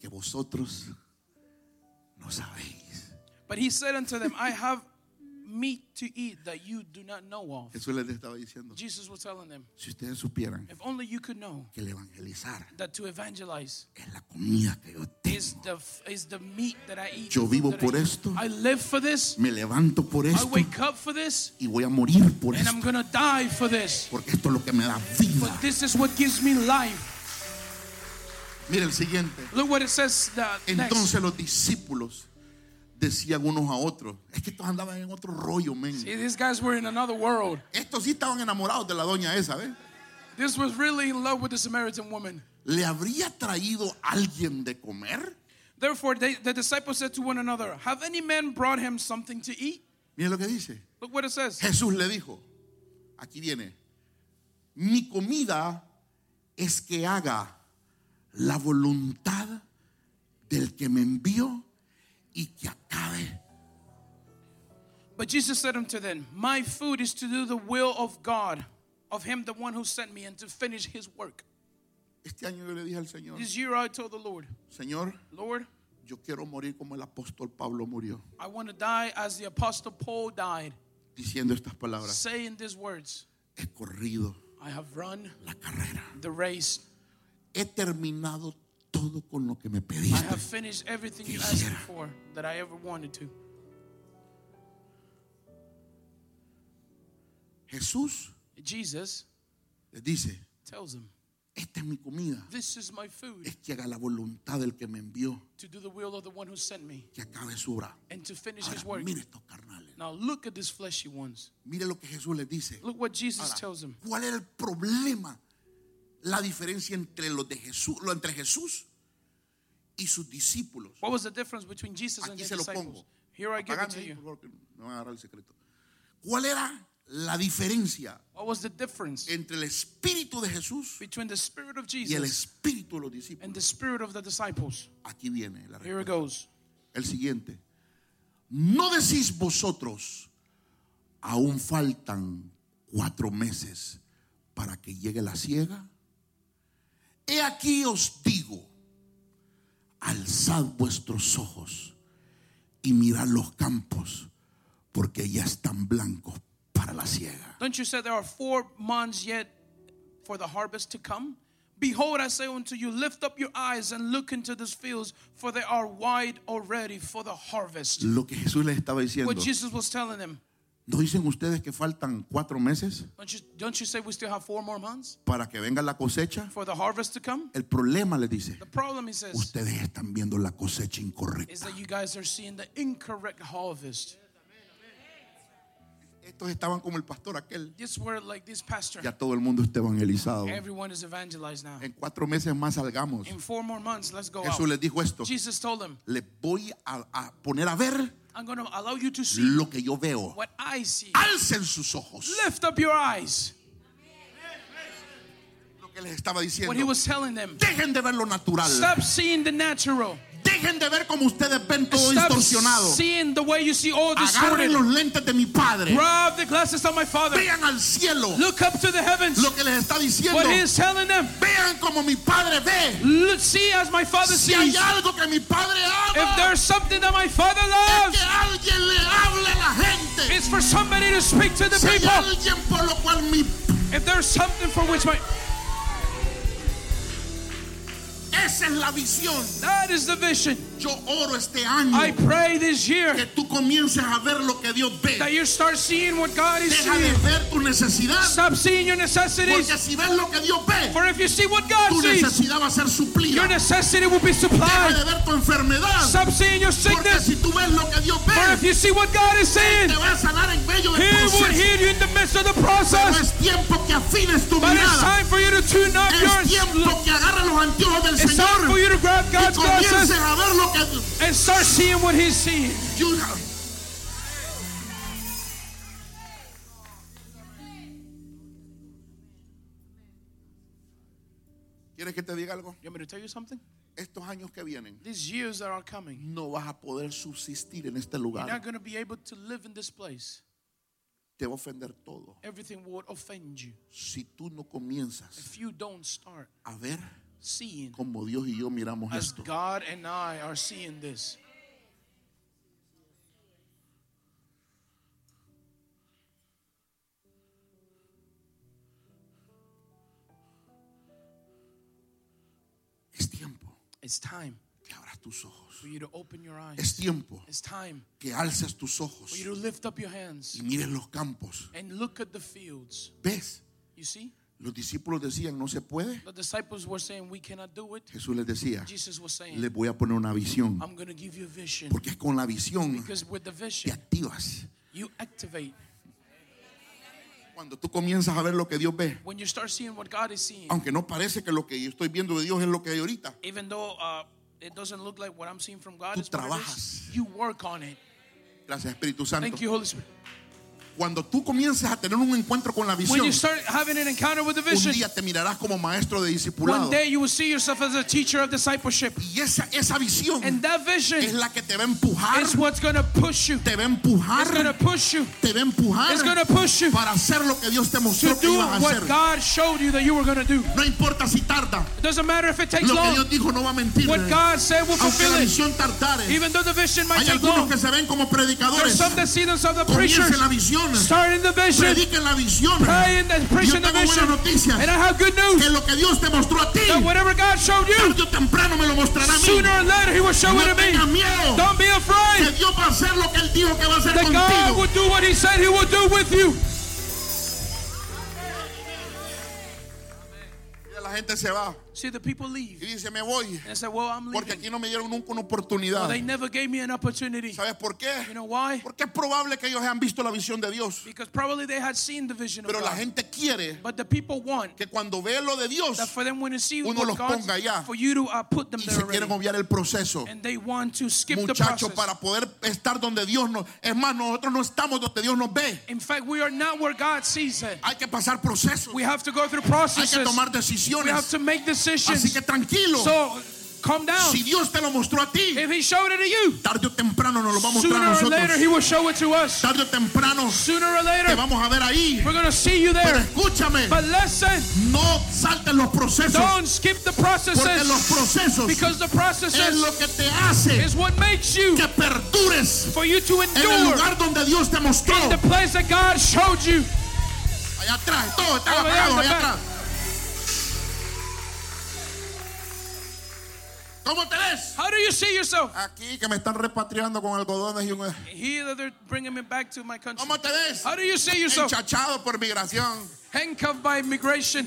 A: que vosotros no sabéis.
B: But he said unto them, "I have meat to eat that you do not know of."
A: Jesús les estaba diciendo,
B: Jesus was telling them,
A: si ustedes supieran
B: "If only you could know
A: que el evangelizar
B: that to evangelize."
A: es la comida que yo tengo.
B: is the is the meat that I eat.
A: Yo vivo
B: that I
A: por
B: eat.
A: esto.
B: I live for this.
A: Me levanto por
B: I
A: esto
B: wake up for this,
A: y voy a morir por
B: and
A: esto,
B: I'm gonna die for this.
A: porque esto es lo que me da
B: But
A: vida.
B: this is what gives me life.
A: Mira el siguiente.
B: Look what it says. The next.
A: Entonces los discípulos decían unos a otros, es que estos andaban en otro rollo,
B: See,
A: men.
B: these guys were in another world.
A: Estos sí estaban enamorados de la doña esa, ¿ves?
B: This was really in love with the Samaritan woman.
A: ¿Le habría traído alguien de comer?
B: Therefore, they, the disciples said to one another, "Have any man brought him something to eat?"
A: Mira lo que dice.
B: Look what it says.
A: Jesús le dijo, aquí viene, mi comida es que haga la voluntad del que me envió y que acabe.
B: But Jesus said unto them, "My food is to do the will of God, of Him, the one who sent me, and to finish His work."
A: Este año yo le dije al Señor,
B: This year, I told the Lord,
A: Señor,
B: "Lord."
A: yo quiero morir como el apóstol Pablo murió,
B: I want to die as the apostle Paul died,
A: diciendo estas palabras.
B: saying these words
A: He corrido
B: I have run
A: la carrera.
B: the race.
A: He terminado todo con lo que me
B: I
A: pediste.
B: have finished everything you asked me for that I ever wanted to.
A: Jesús
B: Jesus
A: les dice,
B: tells him,
A: esta es mi comida.
B: This is my food
A: es que haga la voluntad del que me envió,
B: to do the will of the one who sent me
A: que acabe su obra.
B: and to finish his
A: Ahora,
B: work.
A: mire estos carnales.
B: Now look at these fleshy ones.
A: Mire lo que Jesús les dice.
B: Look what Jesus
A: Ahora,
B: tells him.
A: ¿Cuál era el problema la diferencia entre los de Jesús, lo entre Jesús y sus discípulos.
B: What was the difference between Jesus and
A: Aquí
B: his
A: se lo
B: disciples?
A: pongo.
B: Here I give it
A: Apagame
B: to
A: ahí,
B: you.
A: por favor, que no van a agarrar el secreto. ¿Cuál era la diferencia
B: What was the difference
A: entre el espíritu de Jesús
B: between the spirit of
A: Eh. y el
B: Jesus
A: espíritu de los discípulos?
B: and the spirit of the disciples?
A: Aquí viene la
B: Here
A: respuesta.
B: it goes.
A: El siguiente. No decís vosotros, aún faltan cuatro meses para que llegue la siega. He aquí os digo, alzad vuestros ojos y mirad los campos, porque ya están blancos para la siega.
B: Don't you say there are four months yet for the harvest to come? Behold, I say unto you, lift up your eyes and look into these fields, for they are wide already for the harvest.
A: Lo que Jesús les estaba diciendo,
B: What Jesus was telling them,
A: ¿no dicen ustedes que faltan cuatro meses
B: don't you, don't you say we still have four more months
A: para que venga la cosecha?
B: for the harvest to come?
A: El problema les dice,
B: The problem, he says,
A: ustedes están viendo la cosecha
B: is
A: incorrecta.
B: that you guys are seeing the incorrect harvest.
A: Estos estaban como el pastor aquel.
B: This word, like this pastor,
A: Ya todo el mundo está evangelizado.
B: everyone is evangelized now.
A: En cuatro meses más salgamos.
B: In four more months, let's go
A: Jesús
B: out.
A: les dijo esto.
B: Jesus told them,
A: Les voy a, a poner a ver
B: I'm going to allow you to see
A: lo que yo veo.
B: what I see.
A: Alcen sus ojos.
B: Lift up your eyes.
A: Lo que les estaba diciendo.
B: What he was telling them.
A: Dejen de ver lo natural.
B: Stop seeing the natural.
A: Dejen de ver como ustedes ven todo
B: Stop
A: distorsionado.
B: seeing the way you see all
A: Agarren
B: distorted.
A: los lentes de mi padre.
B: Rob the glasses of my father.
A: Vean al cielo.
B: Look up to the heavens.
A: Lo que les está diciendo.
B: What he is telling them.
A: Vean como mi padre ve.
B: Look, see as my father
A: Si hay
B: sees.
A: algo que mi padre
B: If
A: ama,
B: there's something that my father
A: es que
B: loves,
A: alguien le hable a la gente.
B: it's for somebody to speak to the
A: Si hay
B: people.
A: alguien por lo cual mi
B: If there's something for which my
A: esa es la visión.
B: that is the vision.
A: Yo oro este año
B: I pray this year
A: que tú comiences a ver lo que Dios
B: that
A: ve.
B: you start seeing what God is
A: Deja de
B: seeing.
A: ver tu necesidad,
B: Stop seeing your necessities.
A: porque si ves lo que Dios ve,
B: For if you see what God
A: tu
B: sees,
A: necesidad va a ser
B: your
A: suplida.
B: necessity will be
A: Deja
B: supplied.
A: de ver tu enfermedad,
B: Stop seeing your
A: porque
B: sickness.
A: si tú ves lo que Dios
B: For if
A: ve,
B: you see what God is saying,
A: te va a sanar en medio
B: He
A: del
B: will
A: proceso.
B: hear you in the midst of the
A: Pero
B: process.
A: es tiempo que afines tu
B: But it's
A: mirada.
B: time for you to tune up
A: Es
B: your.
A: tiempo que agarres los anteojos del
B: It's time
A: Señor
B: for you to grab
A: y
B: God's
A: comiences
B: glasses
A: a ver lo que
B: and start seeing what He's seeing.
A: You know. ¿Quieres que te diga algo?
B: You want me to tell you something?
A: Estos años que vienen
B: These years that are coming,
A: no vas a poder subsistir en este
B: you're not
A: lugar.
B: going to be able to live in this place.
A: Te va a ofender todo
B: Everything would offend you
A: si tú no comienzas
B: if you don't start
A: a ver
B: seeing
A: como Dios y yo miramos
B: as
A: esto.
B: God and I are seeing this.
A: Es tiempo
B: It's time
A: que abras tus ojos.
B: for you to open your eyes.
A: Es tiempo
B: It's time
A: que alces tus ojos
B: for you to lift up your hands
A: y mires los campos.
B: and look at the fields.
A: ¿Ves?
B: You see?
A: Los discípulos decían, no se puede.
B: The disciples were saying, We cannot do it.
A: Jesús les decía,
B: Jesus was saying,
A: les voy a poner una visión.
B: I'm going to give you a vision.
A: Porque es con la visión
B: Because with the
A: te
B: vision,
A: activas.
B: you activate.
A: Cuando tú comienzas a ver lo que Dios ve,
B: When you start seeing what God is seeing,
A: aunque no parece que lo que yo estoy viendo de Dios es lo que hay ahorita,
B: even though uh, it doesn't look like what I'm seeing from God
A: Tú
B: is what it is,
A: trabajas.
B: you work on it.
A: gracias Espíritu Santo,
B: Thank you, Holy Spirit.
A: cuando tú comienzas a tener un encuentro con la
B: When
A: visión,
B: you start having an encounter with the
A: un
B: vision,
A: día te mirarás como maestro de
B: one
A: discipulado.
B: day you will see yourself as a teacher of discipleship.
A: Y esa, esa visión
B: And that
A: es
B: vision
A: la que te va a empujar,
B: is what's going to push you.
A: te va a
B: It's going to
A: empujar,
B: push you.
A: te va a empujar
B: It's going to push you
A: para hacer lo que Dios te
B: to
A: mostró que
B: do
A: ibas a
B: what
A: hacer.
B: God showed you that you were going to do.
A: No importa si tarda,
B: It doesn't matter if it takes
A: lo que
B: long.
A: Dios dijo no va a mentir.
B: What God said will
A: Aunque la
B: fulfill it.
A: visión tardare,
B: Even though the vision might
A: Hay
B: take
A: algunos
B: long,
A: que se ven como
B: there's
A: predicadores.
B: some that see themselves the preachers.
A: Comiencen la visión.
B: Starting the vision,
A: Prediquen la visión.
B: praying and preaching the
A: tengo buenas
B: vision.
A: noticias.
B: And I have good
A: Que
B: news
A: lo que Dios te mostró a ti,
B: that whatever God showed you,
A: tarde o temprano me lo mostrará a mí.
B: sooner or later He will show it
A: No
B: to
A: tengas
B: me.
A: miedo.
B: Don't be
A: Que
B: afraid
A: Dios va a hacer lo que Él dijo que va a hacer
B: that God
A: contigo.
B: will do what He said He will do with you.
A: Mira, La gente se va.
B: See, the people
A: Y
B: leave.
A: dice, me voy.
B: And they say, Well, I'm
A: Porque
B: leaving.
A: aquí no me dieron nunca una
B: Well,
A: oportunidad.
B: they never gave me an opportunity.
A: ¿Sabes por
B: You
A: qué?
B: know why?
A: Porque es probable que ellos hayan visto la visión de Dios.
B: Because probably they had seen the vision of
A: Pero la
B: God.
A: gente quiere
B: But the people want
A: que cuando ve lo de Dios
B: that for them when to see
A: Uno los
B: what God
A: ponga allá.
B: for you to uh, put them
A: y
B: there
A: se
B: already.
A: quieren obviar el proceso.
B: And they want to skip the
A: Muchachos,
B: process.
A: para poder estar donde Dios nos... Es más, nosotros no estamos donde Dios nos ve.
B: In fact, we are not where God sees it.
A: Hay que pasar procesos.
B: We have to go through
A: Hay que
B: processes.
A: tomar
B: We have
A: decisiones.
B: to make
A: Así
B: decisions.
A: que tranquilo.
B: So calm down.
A: Si Dios te lo mostró a ti,
B: If He showed it to you,
A: tarde o temprano nos lo va a mostrar a
B: sooner or later He
A: nosotros.
B: will show it to us.
A: Tarde o temprano
B: Sooner or
A: te
B: later,
A: vamos a ver ahí.
B: we're going to see you
A: Pero
B: there.
A: escúchame,
B: But listen,
A: no saltes los procesos.
B: don't skip the
A: Porque los
B: processes
A: procesos
B: because the
A: es
B: processes
A: lo que te hace
B: is what makes you
A: que perdures
B: for you to
A: en el
B: endure
A: lugar donde Dios te mostró.
B: in the place that God showed you.
A: Allá atrás, todo está
B: Over there
A: apagado,
B: in the
A: allá
B: back.
A: atrás. ¿Cómo te ves?
B: How do you see yourself?
A: Aquí que me están repatriando con algodones y un... eh,
B: Here that they're bringing me back to my country.
A: ¿Cómo te ves?
B: How do you see yourself?
A: Enchachado por migración.
B: Handcuffed by immigration.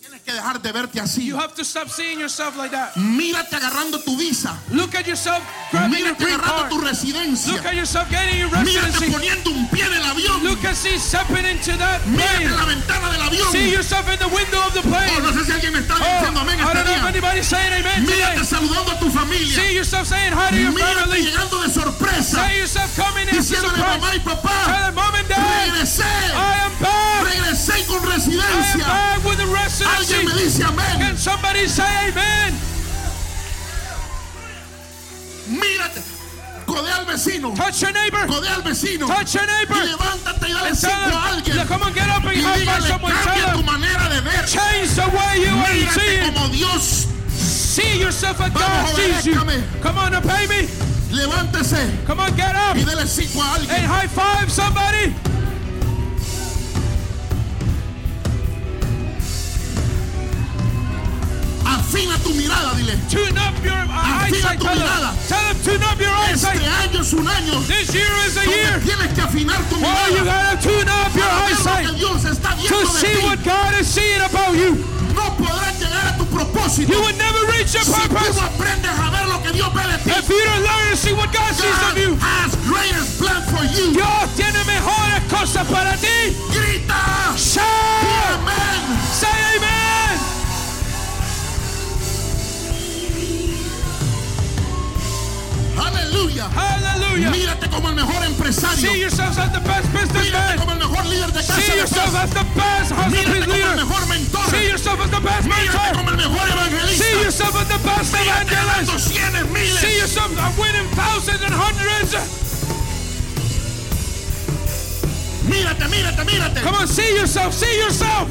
A: Tienes que dejar de verte así.
B: You have to stop seeing yourself like that.
A: Mírate agarrando tu visa.
B: Look at yourself grabbing your
A: Mírate
B: green
A: agarrando
B: card.
A: tu
B: Look
A: residencia.
B: at yourself getting your
A: Mírate
B: residency.
A: poniendo un pie en el avión.
B: Look at see stepping into that
A: Mírate en la
B: plane.
A: ventana del avión.
B: See yourself in the window of the plane.
A: Oh, no sé si alguien me está
B: Oh,
A: diciendo amén
B: I
A: este
B: don't know if
A: día.
B: anybody's saying amen
A: Mírate
B: today.
A: saludando a tu familia.
B: See yourself saying hi to your
A: Mírate
B: family.
A: llegando de sorpresa.
B: See yourself coming in as a
A: Diciéndole
B: surprise.
A: mamá y
B: Tell
A: papá.
B: them, mom and dad,
A: Regresé.
B: I am back.
A: Regresé con
B: I am
A: residencia.
B: back with the
A: Alguien me
B: residency.
A: dice amén.
B: Can somebody say amen?
A: Mírate. Codea al vecino.
B: Touch your neighbor.
A: Codea al vecino.
B: Touch your
A: Y
B: neighbor.
A: levántate y dale
B: And
A: cinco
B: tell
A: a
B: them,
A: alguien.
B: "Yeah, come on, get up and
A: Y
B: high five
A: dígale,
B: someone.
A: cambia
B: Tell
A: tu
B: them,
A: manera de ver.
B: change the way you are
A: Mírate
B: seeing.
A: como Dios.
B: See yourself as God
A: Vamos,
B: sees you.
A: obedézcame.
B: Come on, and pay me.
A: Levántese
B: Come on, get up
A: y dele cinco a
B: and
A: alguien.
B: high five somebody.
A: Eh. Afina tu mirada, dile.
B: Tune up your uh,
A: Afina
B: eyesight.
A: tu
B: Tell them,
A: mirada.
B: tell them, tune up your
A: Este
B: eyesight.
A: año es un año
B: This year is a
A: donde
B: year.
A: tienes que afinar tu
B: Well, you
A: mirada.
B: gotta tune up your
A: Para ver lo que
B: eyesight
A: Dios está
B: to
A: viendo
B: see
A: de
B: what
A: ti.
B: God is seeing about you.
A: No podrás llegar a tu propósito
B: You will never reach your
A: si tú
B: purpose
A: no aprendes a ver lo que Dios ve de ti.
B: if you don't learn to see what God sees of you.
A: God has greatest plan for you.
B: Dios tiene mejores cosas para ti.
A: Grita.
B: Shout!
A: Amén.
B: Say amen.
A: Aleluya.
B: Hallelujah.
A: Mírate como el mejor
B: See
A: empresario.
B: yourselves as the best
A: Mírate
B: businessman.
A: como el mejor líder de casa
B: See
A: de
B: yourself
A: paz.
B: as the best
A: Mírate
B: husband
A: como el
B: leader.
A: mejor mentor.
B: See yourself as the best
A: Mírate
B: mentor.
A: como el mejor
B: See
A: evangelista.
B: yourself as the best
A: Mírate ganando
B: evangelist.
A: cienes,
B: See
A: miles.
B: yourself uh, winning thousands and hundreds.
A: Mírate, mírate, mírate.
B: Come on, see yourself. See yourself.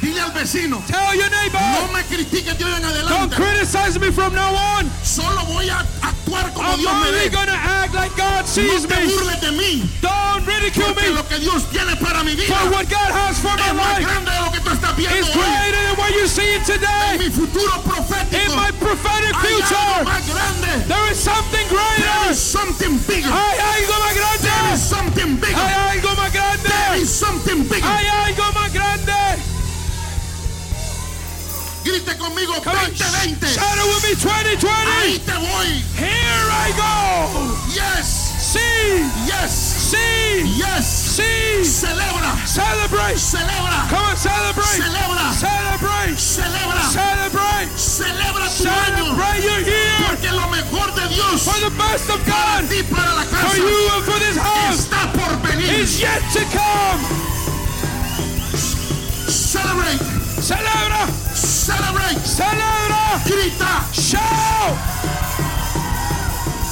A: Dile al vecino.
B: Tell your
A: No
B: neighbor.
A: me critiques de hoy en
B: Don't
A: adelante.
B: criticize me from now on.
A: Solo voy a actuar como
B: I'm
A: Dios me
B: only
A: dé.
B: gonna act like God sees
A: No te
B: me.
A: burles de mí.
B: Don't ridicule
A: Porque
B: me
A: lo que Dios tiene para mi vida
B: for what God has for my
A: es más
B: life.
A: grande de lo que tú estás viendo
B: It's
A: hoy.
B: greater than what you see
A: En
B: today.
A: mi futuro
B: In
A: profético
B: my prophetic
A: hay algo
B: future,
A: más grande.
B: there is something
A: There
B: greater.
A: is something bigger.
B: Hay algo más
A: There is
B: grande.
A: something bigger.
B: Hay algo más
A: There
B: grande.
A: is something bigger.
B: Hay algo más grande.
A: Grite conmigo
B: Come on.
A: 2020.
B: Shout it with me 2020.
A: Ahí te voy.
B: Here I go.
A: Yes,
B: See,
A: yes,
B: see,
A: yes.
B: see.
A: Celebra,
B: Celebrate.
A: celebra,
B: Come on, celebrate.
A: celebra,
B: Celebrate.
A: celebra,
B: Celebrate.
A: celebra tu año.
B: Celebrate your year
A: Porque lo mejor de Dios
B: for the best of
A: para
B: God,
A: ti, para la
B: for
A: casa,
B: you and for this house,
A: está por venir.
B: is yet to come.
A: Celebrate,
B: Celebra,
A: celebrate,
B: celebra.
A: grita.
B: Shout.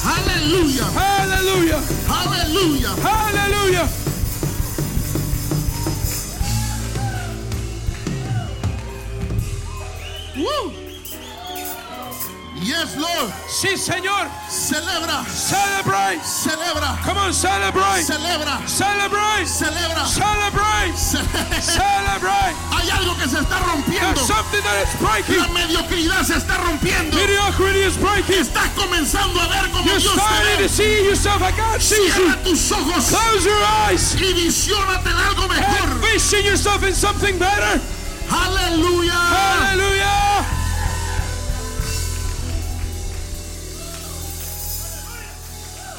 A: Aleluya,
B: Hallelujah.
A: aleluya.
B: Hallelujah.
A: Woo. Yes, Yes, Lord.
B: Sí, Señor.
A: Celebra.
B: Celebrate.
A: Celebra.
B: Come on, celebrate.
A: Celebra.
B: Celebrate.
A: Celebra.
B: Celebrate.
A: Celebra.
B: Celebrate.
A: Hay algo que se está
B: There's
A: rompiendo.
B: something that is
A: La
B: breaking.
A: mediocridad se está rompiendo.
B: Mediocrity is breaking.
A: Estás comenzando a ver como
B: You're
A: Dios te
B: starting to
A: ve.
B: see yourself. I God sees you.
A: Cierra tus ojos
B: Close your eyes.
A: y visiónate en algo
B: And
A: mejor.
B: vision yourself in something better.
A: Aleluya.
B: Hallelujah.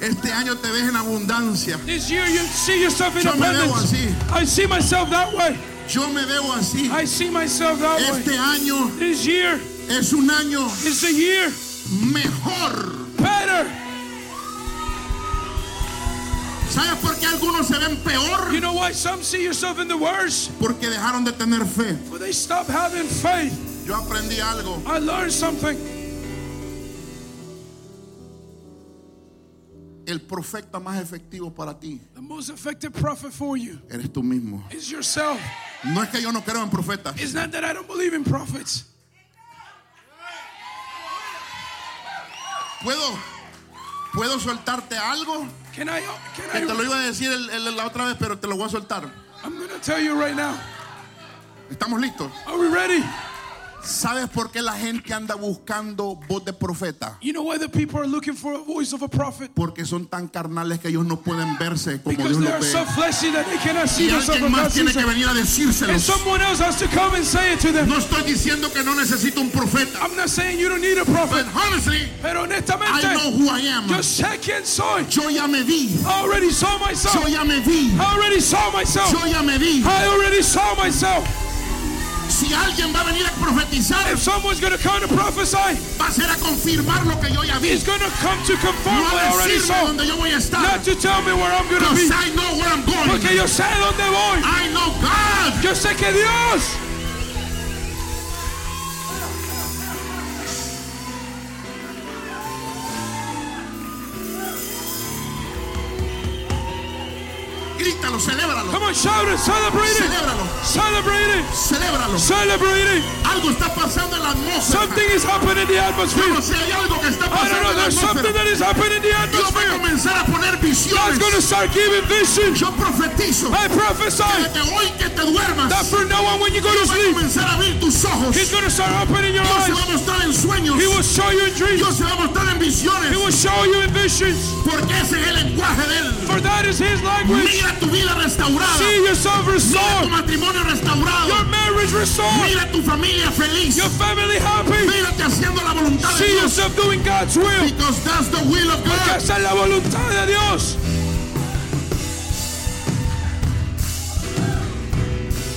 A: Este año te ves en abundancia.
B: This year you see yourself in
A: Yo me veo
B: abundance.
A: así.
B: I see myself that way.
A: Yo me veo así.
B: I see myself that way.
A: Este año
B: This year
A: es un año
B: is a year
A: mejor.
B: better.
A: ¿Sabes por qué algunos se ven peor?
B: You know why some see yourself in the worst?
A: Porque dejaron de tener fe.
B: For they stop having faith.
A: Yo aprendí algo.
B: I learned something.
A: El profeta más efectivo para ti
B: The most effective prophet for you
A: eres tú mismo.
B: is yourself.
A: No es que yo no creo en profetas.
B: It's not that I don't believe in prophets.
A: ¿Puedo, ¿Puedo soltarte algo?
B: Can I? uh, Can
A: Que te lo
B: I?
A: iba a decir el- el- la otra vez, pero te lo voy a soltar.
B: I'm gonna tell you right now.
A: ¿Estamos listos?
B: Are we ready?
A: ¿Sabes por qué la gente anda buscando voz de profeta?
B: You know why the people are looking for a voice of a prophet?
A: Porque son tan carnales que ellos no pueden verse como
B: Because
A: Dios los
B: they are
A: ve.
B: so fleshy that they cannot
A: y
B: see themselves
A: alguien
B: in
A: más
B: God
A: tiene
B: sees
A: que
B: them.
A: venir a
B: And
A: decírselos.
B: someone else has to come and say it to them.
A: No estoy diciendo que no necesito un profeta.
B: I'm not saying you don't need a prophet.
A: But honestly,
B: Pero
A: I know
B: honestamente,
A: who I am.
B: yo sé quién soy.
A: Yo ya me vi.
B: I already saw myself.
A: Yo ya me vi.
B: I already saw myself.
A: Yo ya me vi.
B: I already saw myself.
A: Si alguien va a venir a profetizar,
B: If someone's going to come to prophesy,
A: va a ser a confirmar lo que yo ya vi.
B: he's going to come to confirm
A: No
B: what I
A: a
B: already
A: decirme
B: saw.
A: dónde yo voy a estar.
B: Not to tell me where I'm going to
A: Because
B: be.
A: I know where I'm going.
B: Porque yo sé dónde voy.
A: I know God.
B: Yo sé que Dios.
A: Grítalo, celébralo.
B: Come on, shout it. Celebrate it.
A: Celébralo.
B: Celebrate it.
A: Celébralo.
B: Celebrate it.
A: Algo está pasando en la atmósfera.
B: Something is happening in the
A: Yo no
B: atmosphere.
A: sé, hay algo que está
B: I don't
A: pasando
B: know.
A: en la
B: There's
A: atmósfera.
B: something that is happening in the
A: Dios va a
B: atmosphere.
A: comenzar a poner
B: God's going to
A: visiones.
B: start giving vision.
A: Yo profetizo
B: I prophesy
A: desde hoy que te duermas.
B: that
A: Dios
B: from now on, when you go to
A: va a
B: sleep,
A: comenzar a abrir tus ojos.
B: He's
A: Dios
B: going to start opening your
A: se va
B: eyes.
A: a mostrar en sueños.
B: He will show you in dreams.
A: Dios se va a mostrar en
B: He
A: visiones.
B: will show you in visions.
A: Porque ese es el lenguaje de él.
B: For that is His language.
A: Mira tu vida restaurada.
B: See yourself
A: Mira tu
B: restored.
A: matrimonio restaurado.
B: Your marriage restored.
A: Mira tu familia feliz.
B: Your family happy.
A: Mírate haciendo la voluntad de
B: See
A: Dios.
B: yourself doing God's will.
A: Because that's the will of
B: Que
A: God.
B: esa es la voluntad de Dios.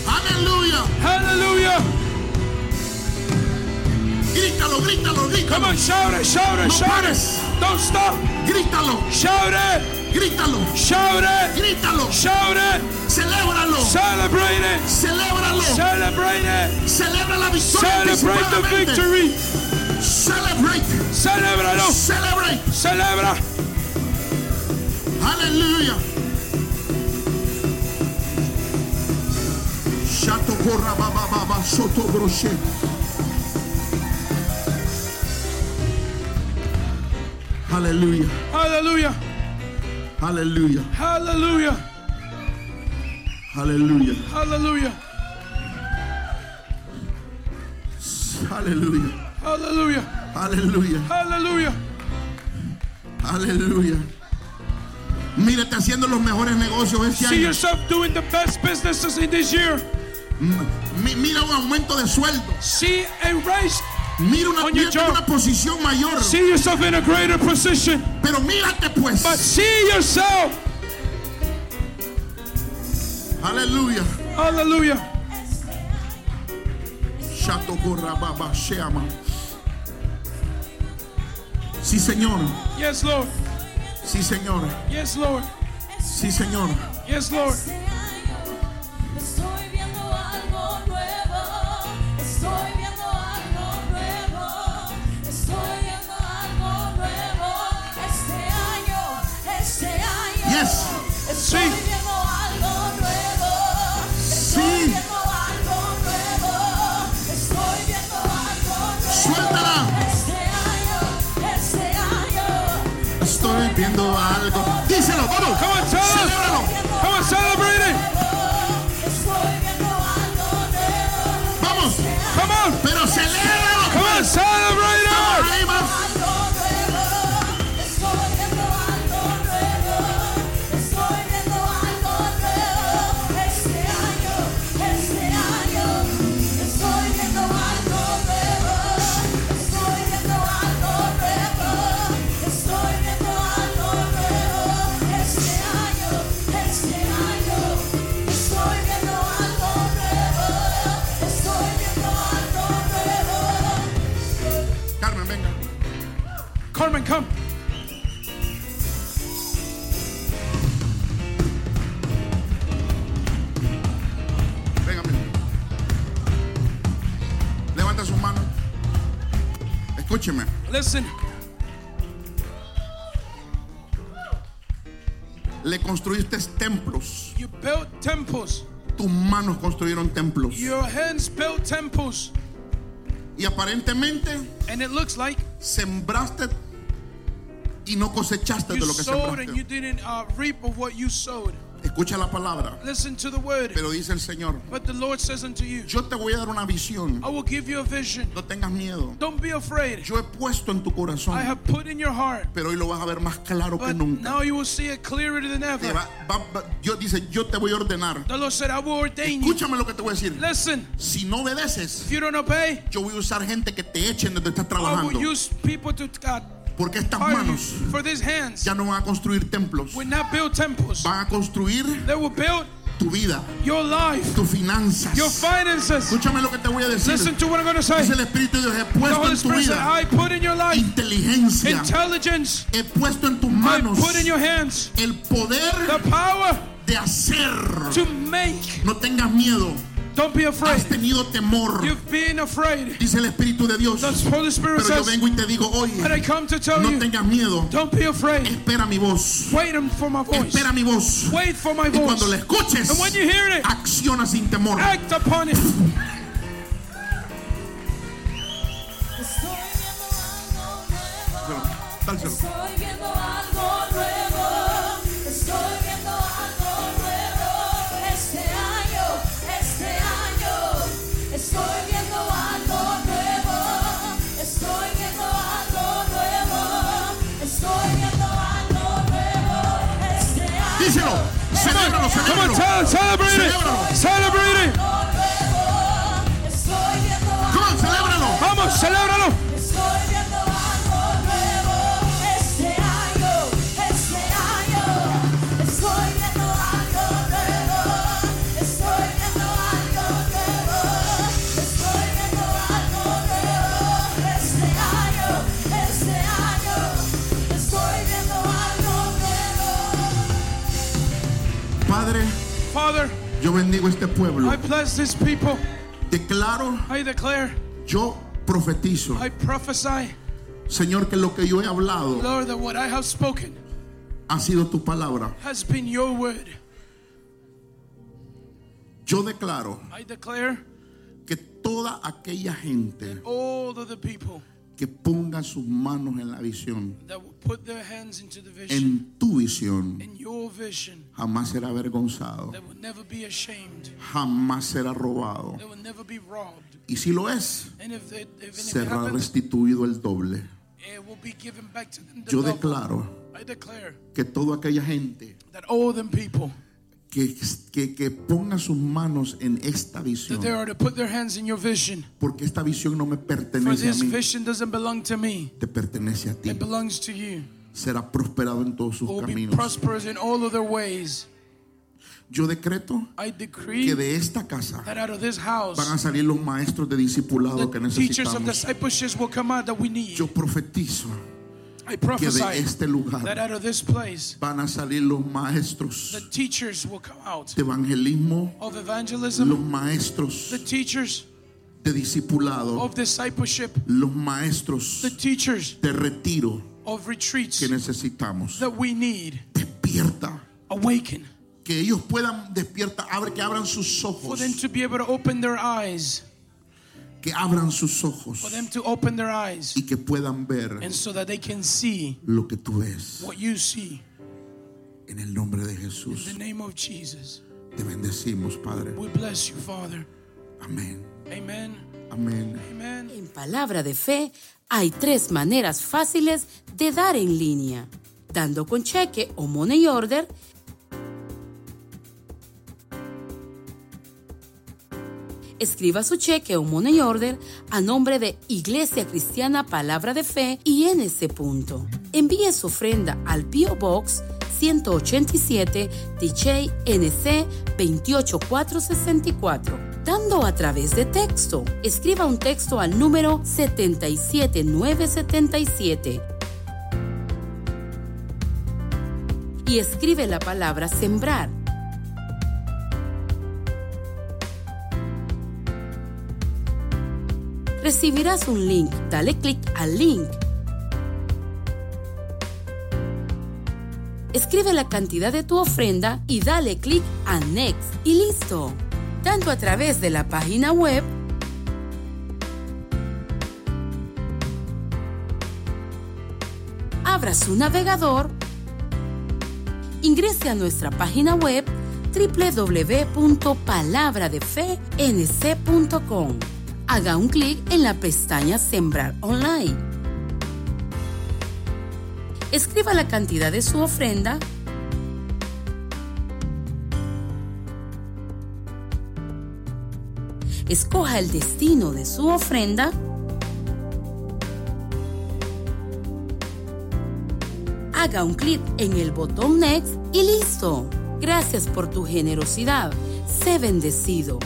A: Aleluya.
B: Hallelujah.
A: Grítalo, grítalo,
B: Come
A: grítalo.
B: on, shout it, shout it,
A: No
B: shout
A: pares.
B: it. Don't stop.
A: Grítalo,
B: Shout it,
A: grítalo,
B: shout it,
A: grítalo.
B: shout it.
A: Celébralo.
B: Celebrate it,
A: Celébralo.
B: celebrate it.
A: Celebra la victoria
B: Celebrate the
A: anticipadamente.
B: victory.
A: Celebrate.
B: Celebralo,
A: Celebrate.
B: celebra.
A: Aleluya. Shato corra ba ba ba ba soto broche. Aleluya.
B: Hallelujah,
A: Aleluya.
B: hallelujah,
A: Aleluya.
B: hallelujah,
A: Aleluya.
B: hallelujah,
A: Aleluya.
B: hallelujah.
A: Aleluya. Mírate haciendo los mejores negocios este
B: See
A: año.
B: yourself doing the best businesses in this year.
A: Mi- mira un aumento de sueldo.
B: See a race.
A: Mira una,
B: On your
A: mírate en
B: job.
A: una posición mayor.
B: See yourself in a greater position.
A: Pero mírate pues.
B: But see yourself.
A: Aleluya.
B: Hallelujah.
A: Shato corra ba ba sheama. Sí, Señor.
B: Yes, Lord.
A: Sí, Señor.
B: Yes, Lord.
A: Sí, Señor.
B: Yes, Lord.
C: Este año estoy viendo algo nuevo, estoy viendo algo nuevo, estoy viendo algo nuevo. Este año, este año,
A: Yes.
C: estoy
B: Sí.
C: viendo algo nuevo, estoy
A: Sí.
C: viendo algo nuevo, estoy viendo algo nuevo.
A: Suéltala.
C: Este año, este año,
A: Estoy viendo algo. Díselo, vamos.
B: Come on, tell us.
A: Celébralo.
B: Come on, celebrate it.
C: estoy viendo algo nuevo.
A: Vamos.
B: Come on.
A: Pero celébralo.
B: Come on, celebrate it.
A: Ahí va.
C: Algo nuevo, estoy viendo algo nuevo, estoy viendo algo nuevo, este año, este año, estoy viendo algo nuevo, estoy viendo algo nuevo, estoy viendo algo nuevo, este año, este año, estoy viendo algo nuevo, estoy viendo algo nuevo.
A: Carmen, venga.
B: Carmen, come.
A: Venga, mira. Levanta sus manos. Escúcheme.
B: Listen,
A: Le construiste templos.
B: you built temples.
A: Tus manos construyeron templos.
B: Your hands built temples.
A: Y aparentemente
B: And it looks like
A: sembraste y no cosechaste
B: you
A: de lo que
B: sowed and you
A: sembraste.
B: didn't uh, reap of what you sowed.
A: Escucha la palabra.
B: Listen to the word.
A: Pero dice el Señor,
B: But the Lord says unto you,
A: yo te voy a dar una visión.
B: I will give you a vision.
A: No tengas miedo.
B: Don't be afraid.
A: Yo he puesto en tu
B: I
A: corazón,
B: have put in your heart.
A: pero hoy lo vas a ver más claro que
B: But
A: nunca.
B: now you will see it clearer than
A: Te
B: ever.
A: va- va- va- Dios dice, yo te voy a ordenar.
B: The Lord said, I will ordain you.
A: Escúchame lo que te voy a decir.
B: Listen,
A: Si no obedeces,
B: if you don't obey,
A: yo voy a usar gente que te echen donde estás
B: I will
A: trabajando.
B: use people to uh,
A: Porque estas
B: fire you
A: manos
B: for these hands.
A: ya no van a construir templos.
B: Will not build temples.
A: Van a construir
B: They will build
A: tu vida,
B: your life,
A: tus finanzas.
B: your finances.
A: Escúchame lo que te voy a decir.
B: Listen to what I'm going to say.
A: Dice el Espíritu de Dios, he
B: The
A: puesto en
B: Holy
A: tu
B: Spirit said,
A: vida
B: I put in your life
A: inteligencia.
B: intelligence.
A: He puesto en tus
B: I
A: manos
B: put in your hands
A: el
B: the
A: poder
B: power
A: de hacer.
B: to make.
A: No tengas miedo.
B: Don't be afraid.
A: Has tenido temor.
B: You've been afraid.
A: Dice el Espíritu de Dios.
B: The Holy Spirit
A: Pero yo
B: says,
A: vengo y te digo hoy,
B: and I come to tell
A: no
B: you,
A: tengas miedo.
B: don't be afraid.
A: Espera mi voz.
B: Wait for my voice.
A: Espera mi voz.
B: Wait for my
A: Y cuando Ah.
B: voice.
A: la escuches,
B: And when you hear it,
A: acciona sin temor.
B: act upon it.
C: Estoy viendo algo nuevo.
A: Dárselo.
C: Estoy viendo algo nuevo. Estoy viendo algo nuevo. Este año, este año. Estoy viendo algo nuevo. Estoy viendo algo nuevo. Estoy viendo algo nuevo. Este año.
A: Díselo. Celébralo,
B: Come on,
A: celébralo.
B: tell, celebrate it. Celebrate it.
C: Algo nuevo. Estoy viendo
A: Come on,
C: algo
A: celébralo.
B: Vamos, celébralo.
C: Estoy viendo algo nuevo este año, este año. Estoy viendo algo nuevo, estoy viendo algo nuevo, estoy viendo algo nuevo este año, este año. Estoy viendo algo nuevo.
A: Padre,
B: Father,
A: yo bendigo este pueblo.
B: I bless these people.
A: Declaro,
B: I declare,
A: yo profetizo,
B: I prophesy,
A: Señor, que lo que yo he hablado
B: Lord, that what I have spoken
A: ha sido tu palabra.
B: has been your word.
A: Yo declaro
B: I declare,
A: que toda aquella gente
B: all of the people
A: que ponga sus manos en la visión,
B: that will put their hands into the vision,
A: en tu visión,
B: in your vision,
A: jamás será avergonzado,
B: they will never be ashamed.
A: jamás será robado.
B: They will never be robbed.
A: Y si lo es,
B: And if it, if it
A: será
B: happens,
A: restituido el doble.
B: it will be given back to them. the
A: Yo
B: double.
A: declaro
B: I declare
A: que toda aquella gente
B: that all them people
A: que, que, que ponga sus manos en esta visión,
B: that they are to put their hands in your vision.
A: porque esta visión no me
B: For
A: pertenece a
B: this
A: mí,
B: vision doesn't belong to me.
A: te pertenece a ti.
B: It belongs to you.
A: Será prosperado en todos sus
B: Will be
A: caminos.
B: prosperous in all of their ways.
A: Yo decreto
B: I
A: que
B: decree
A: de esta casa
B: that out of this
A: van
B: house,
A: a salir los maestros de discipulado que
B: the teachers of
A: necesitamos.
B: discipleship will come out that we need.
A: Yo profetizo que de
B: I prophesy
A: este
B: that
A: lugar
B: out of this place,
A: van a salir los
B: the
A: maestros
B: teachers will come out
A: de evangelismo,
B: of
A: los
B: evangelism,
A: maestros
B: the teachers
A: de discipulado,
B: of discipleship,
A: los
B: the
A: maestros
B: teachers
A: de retiro
B: of retreats
A: que necesitamos.
B: that we need.
A: Despierta.
B: Awaken
A: Que ellos puedan despierta, abre, que abran sus
B: for
A: ojos,
B: them to be able to open their eyes,
A: que abran sus
B: for
A: ojos
B: them to open their eyes,
A: y que puedan ver
B: and so that they can see
A: lo que tú ves.
B: what you see.
A: En el nombre de
B: In the
A: Jesús
B: name of Jesus,
A: te bendecimos, Padre.
B: we bless you, Father.
A: Amén.
B: Amen.
A: Amén.
B: Amen.
D: En Palabra de Fe hay tres maneras fáciles de dar en línea. Dando con cheque o money order, escriba su cheque o money order a nombre de Iglesia Cristiana Palabra de Fe y NC. Punto. Envíe su ofrenda al P.O. Box 187 DJ NC 28464 dando a través de texto. Escriba un texto al número 77977 y escribe la palabra sembrar. Recibirás un link. Dale clic al link. Escribe la cantidad de tu ofrenda y dale clic a Next y listo. Tanto a través de la página web Abra su navegador ingrese a nuestra página web www.palabradefenc.com. Haga un clic en la pestaña Sembrar Online. Escriba la cantidad de su ofrenda. Escoja el destino de su ofrenda. haga un clic en el botón Next y listo. Gracias por tu generosidad. Sé bendecido.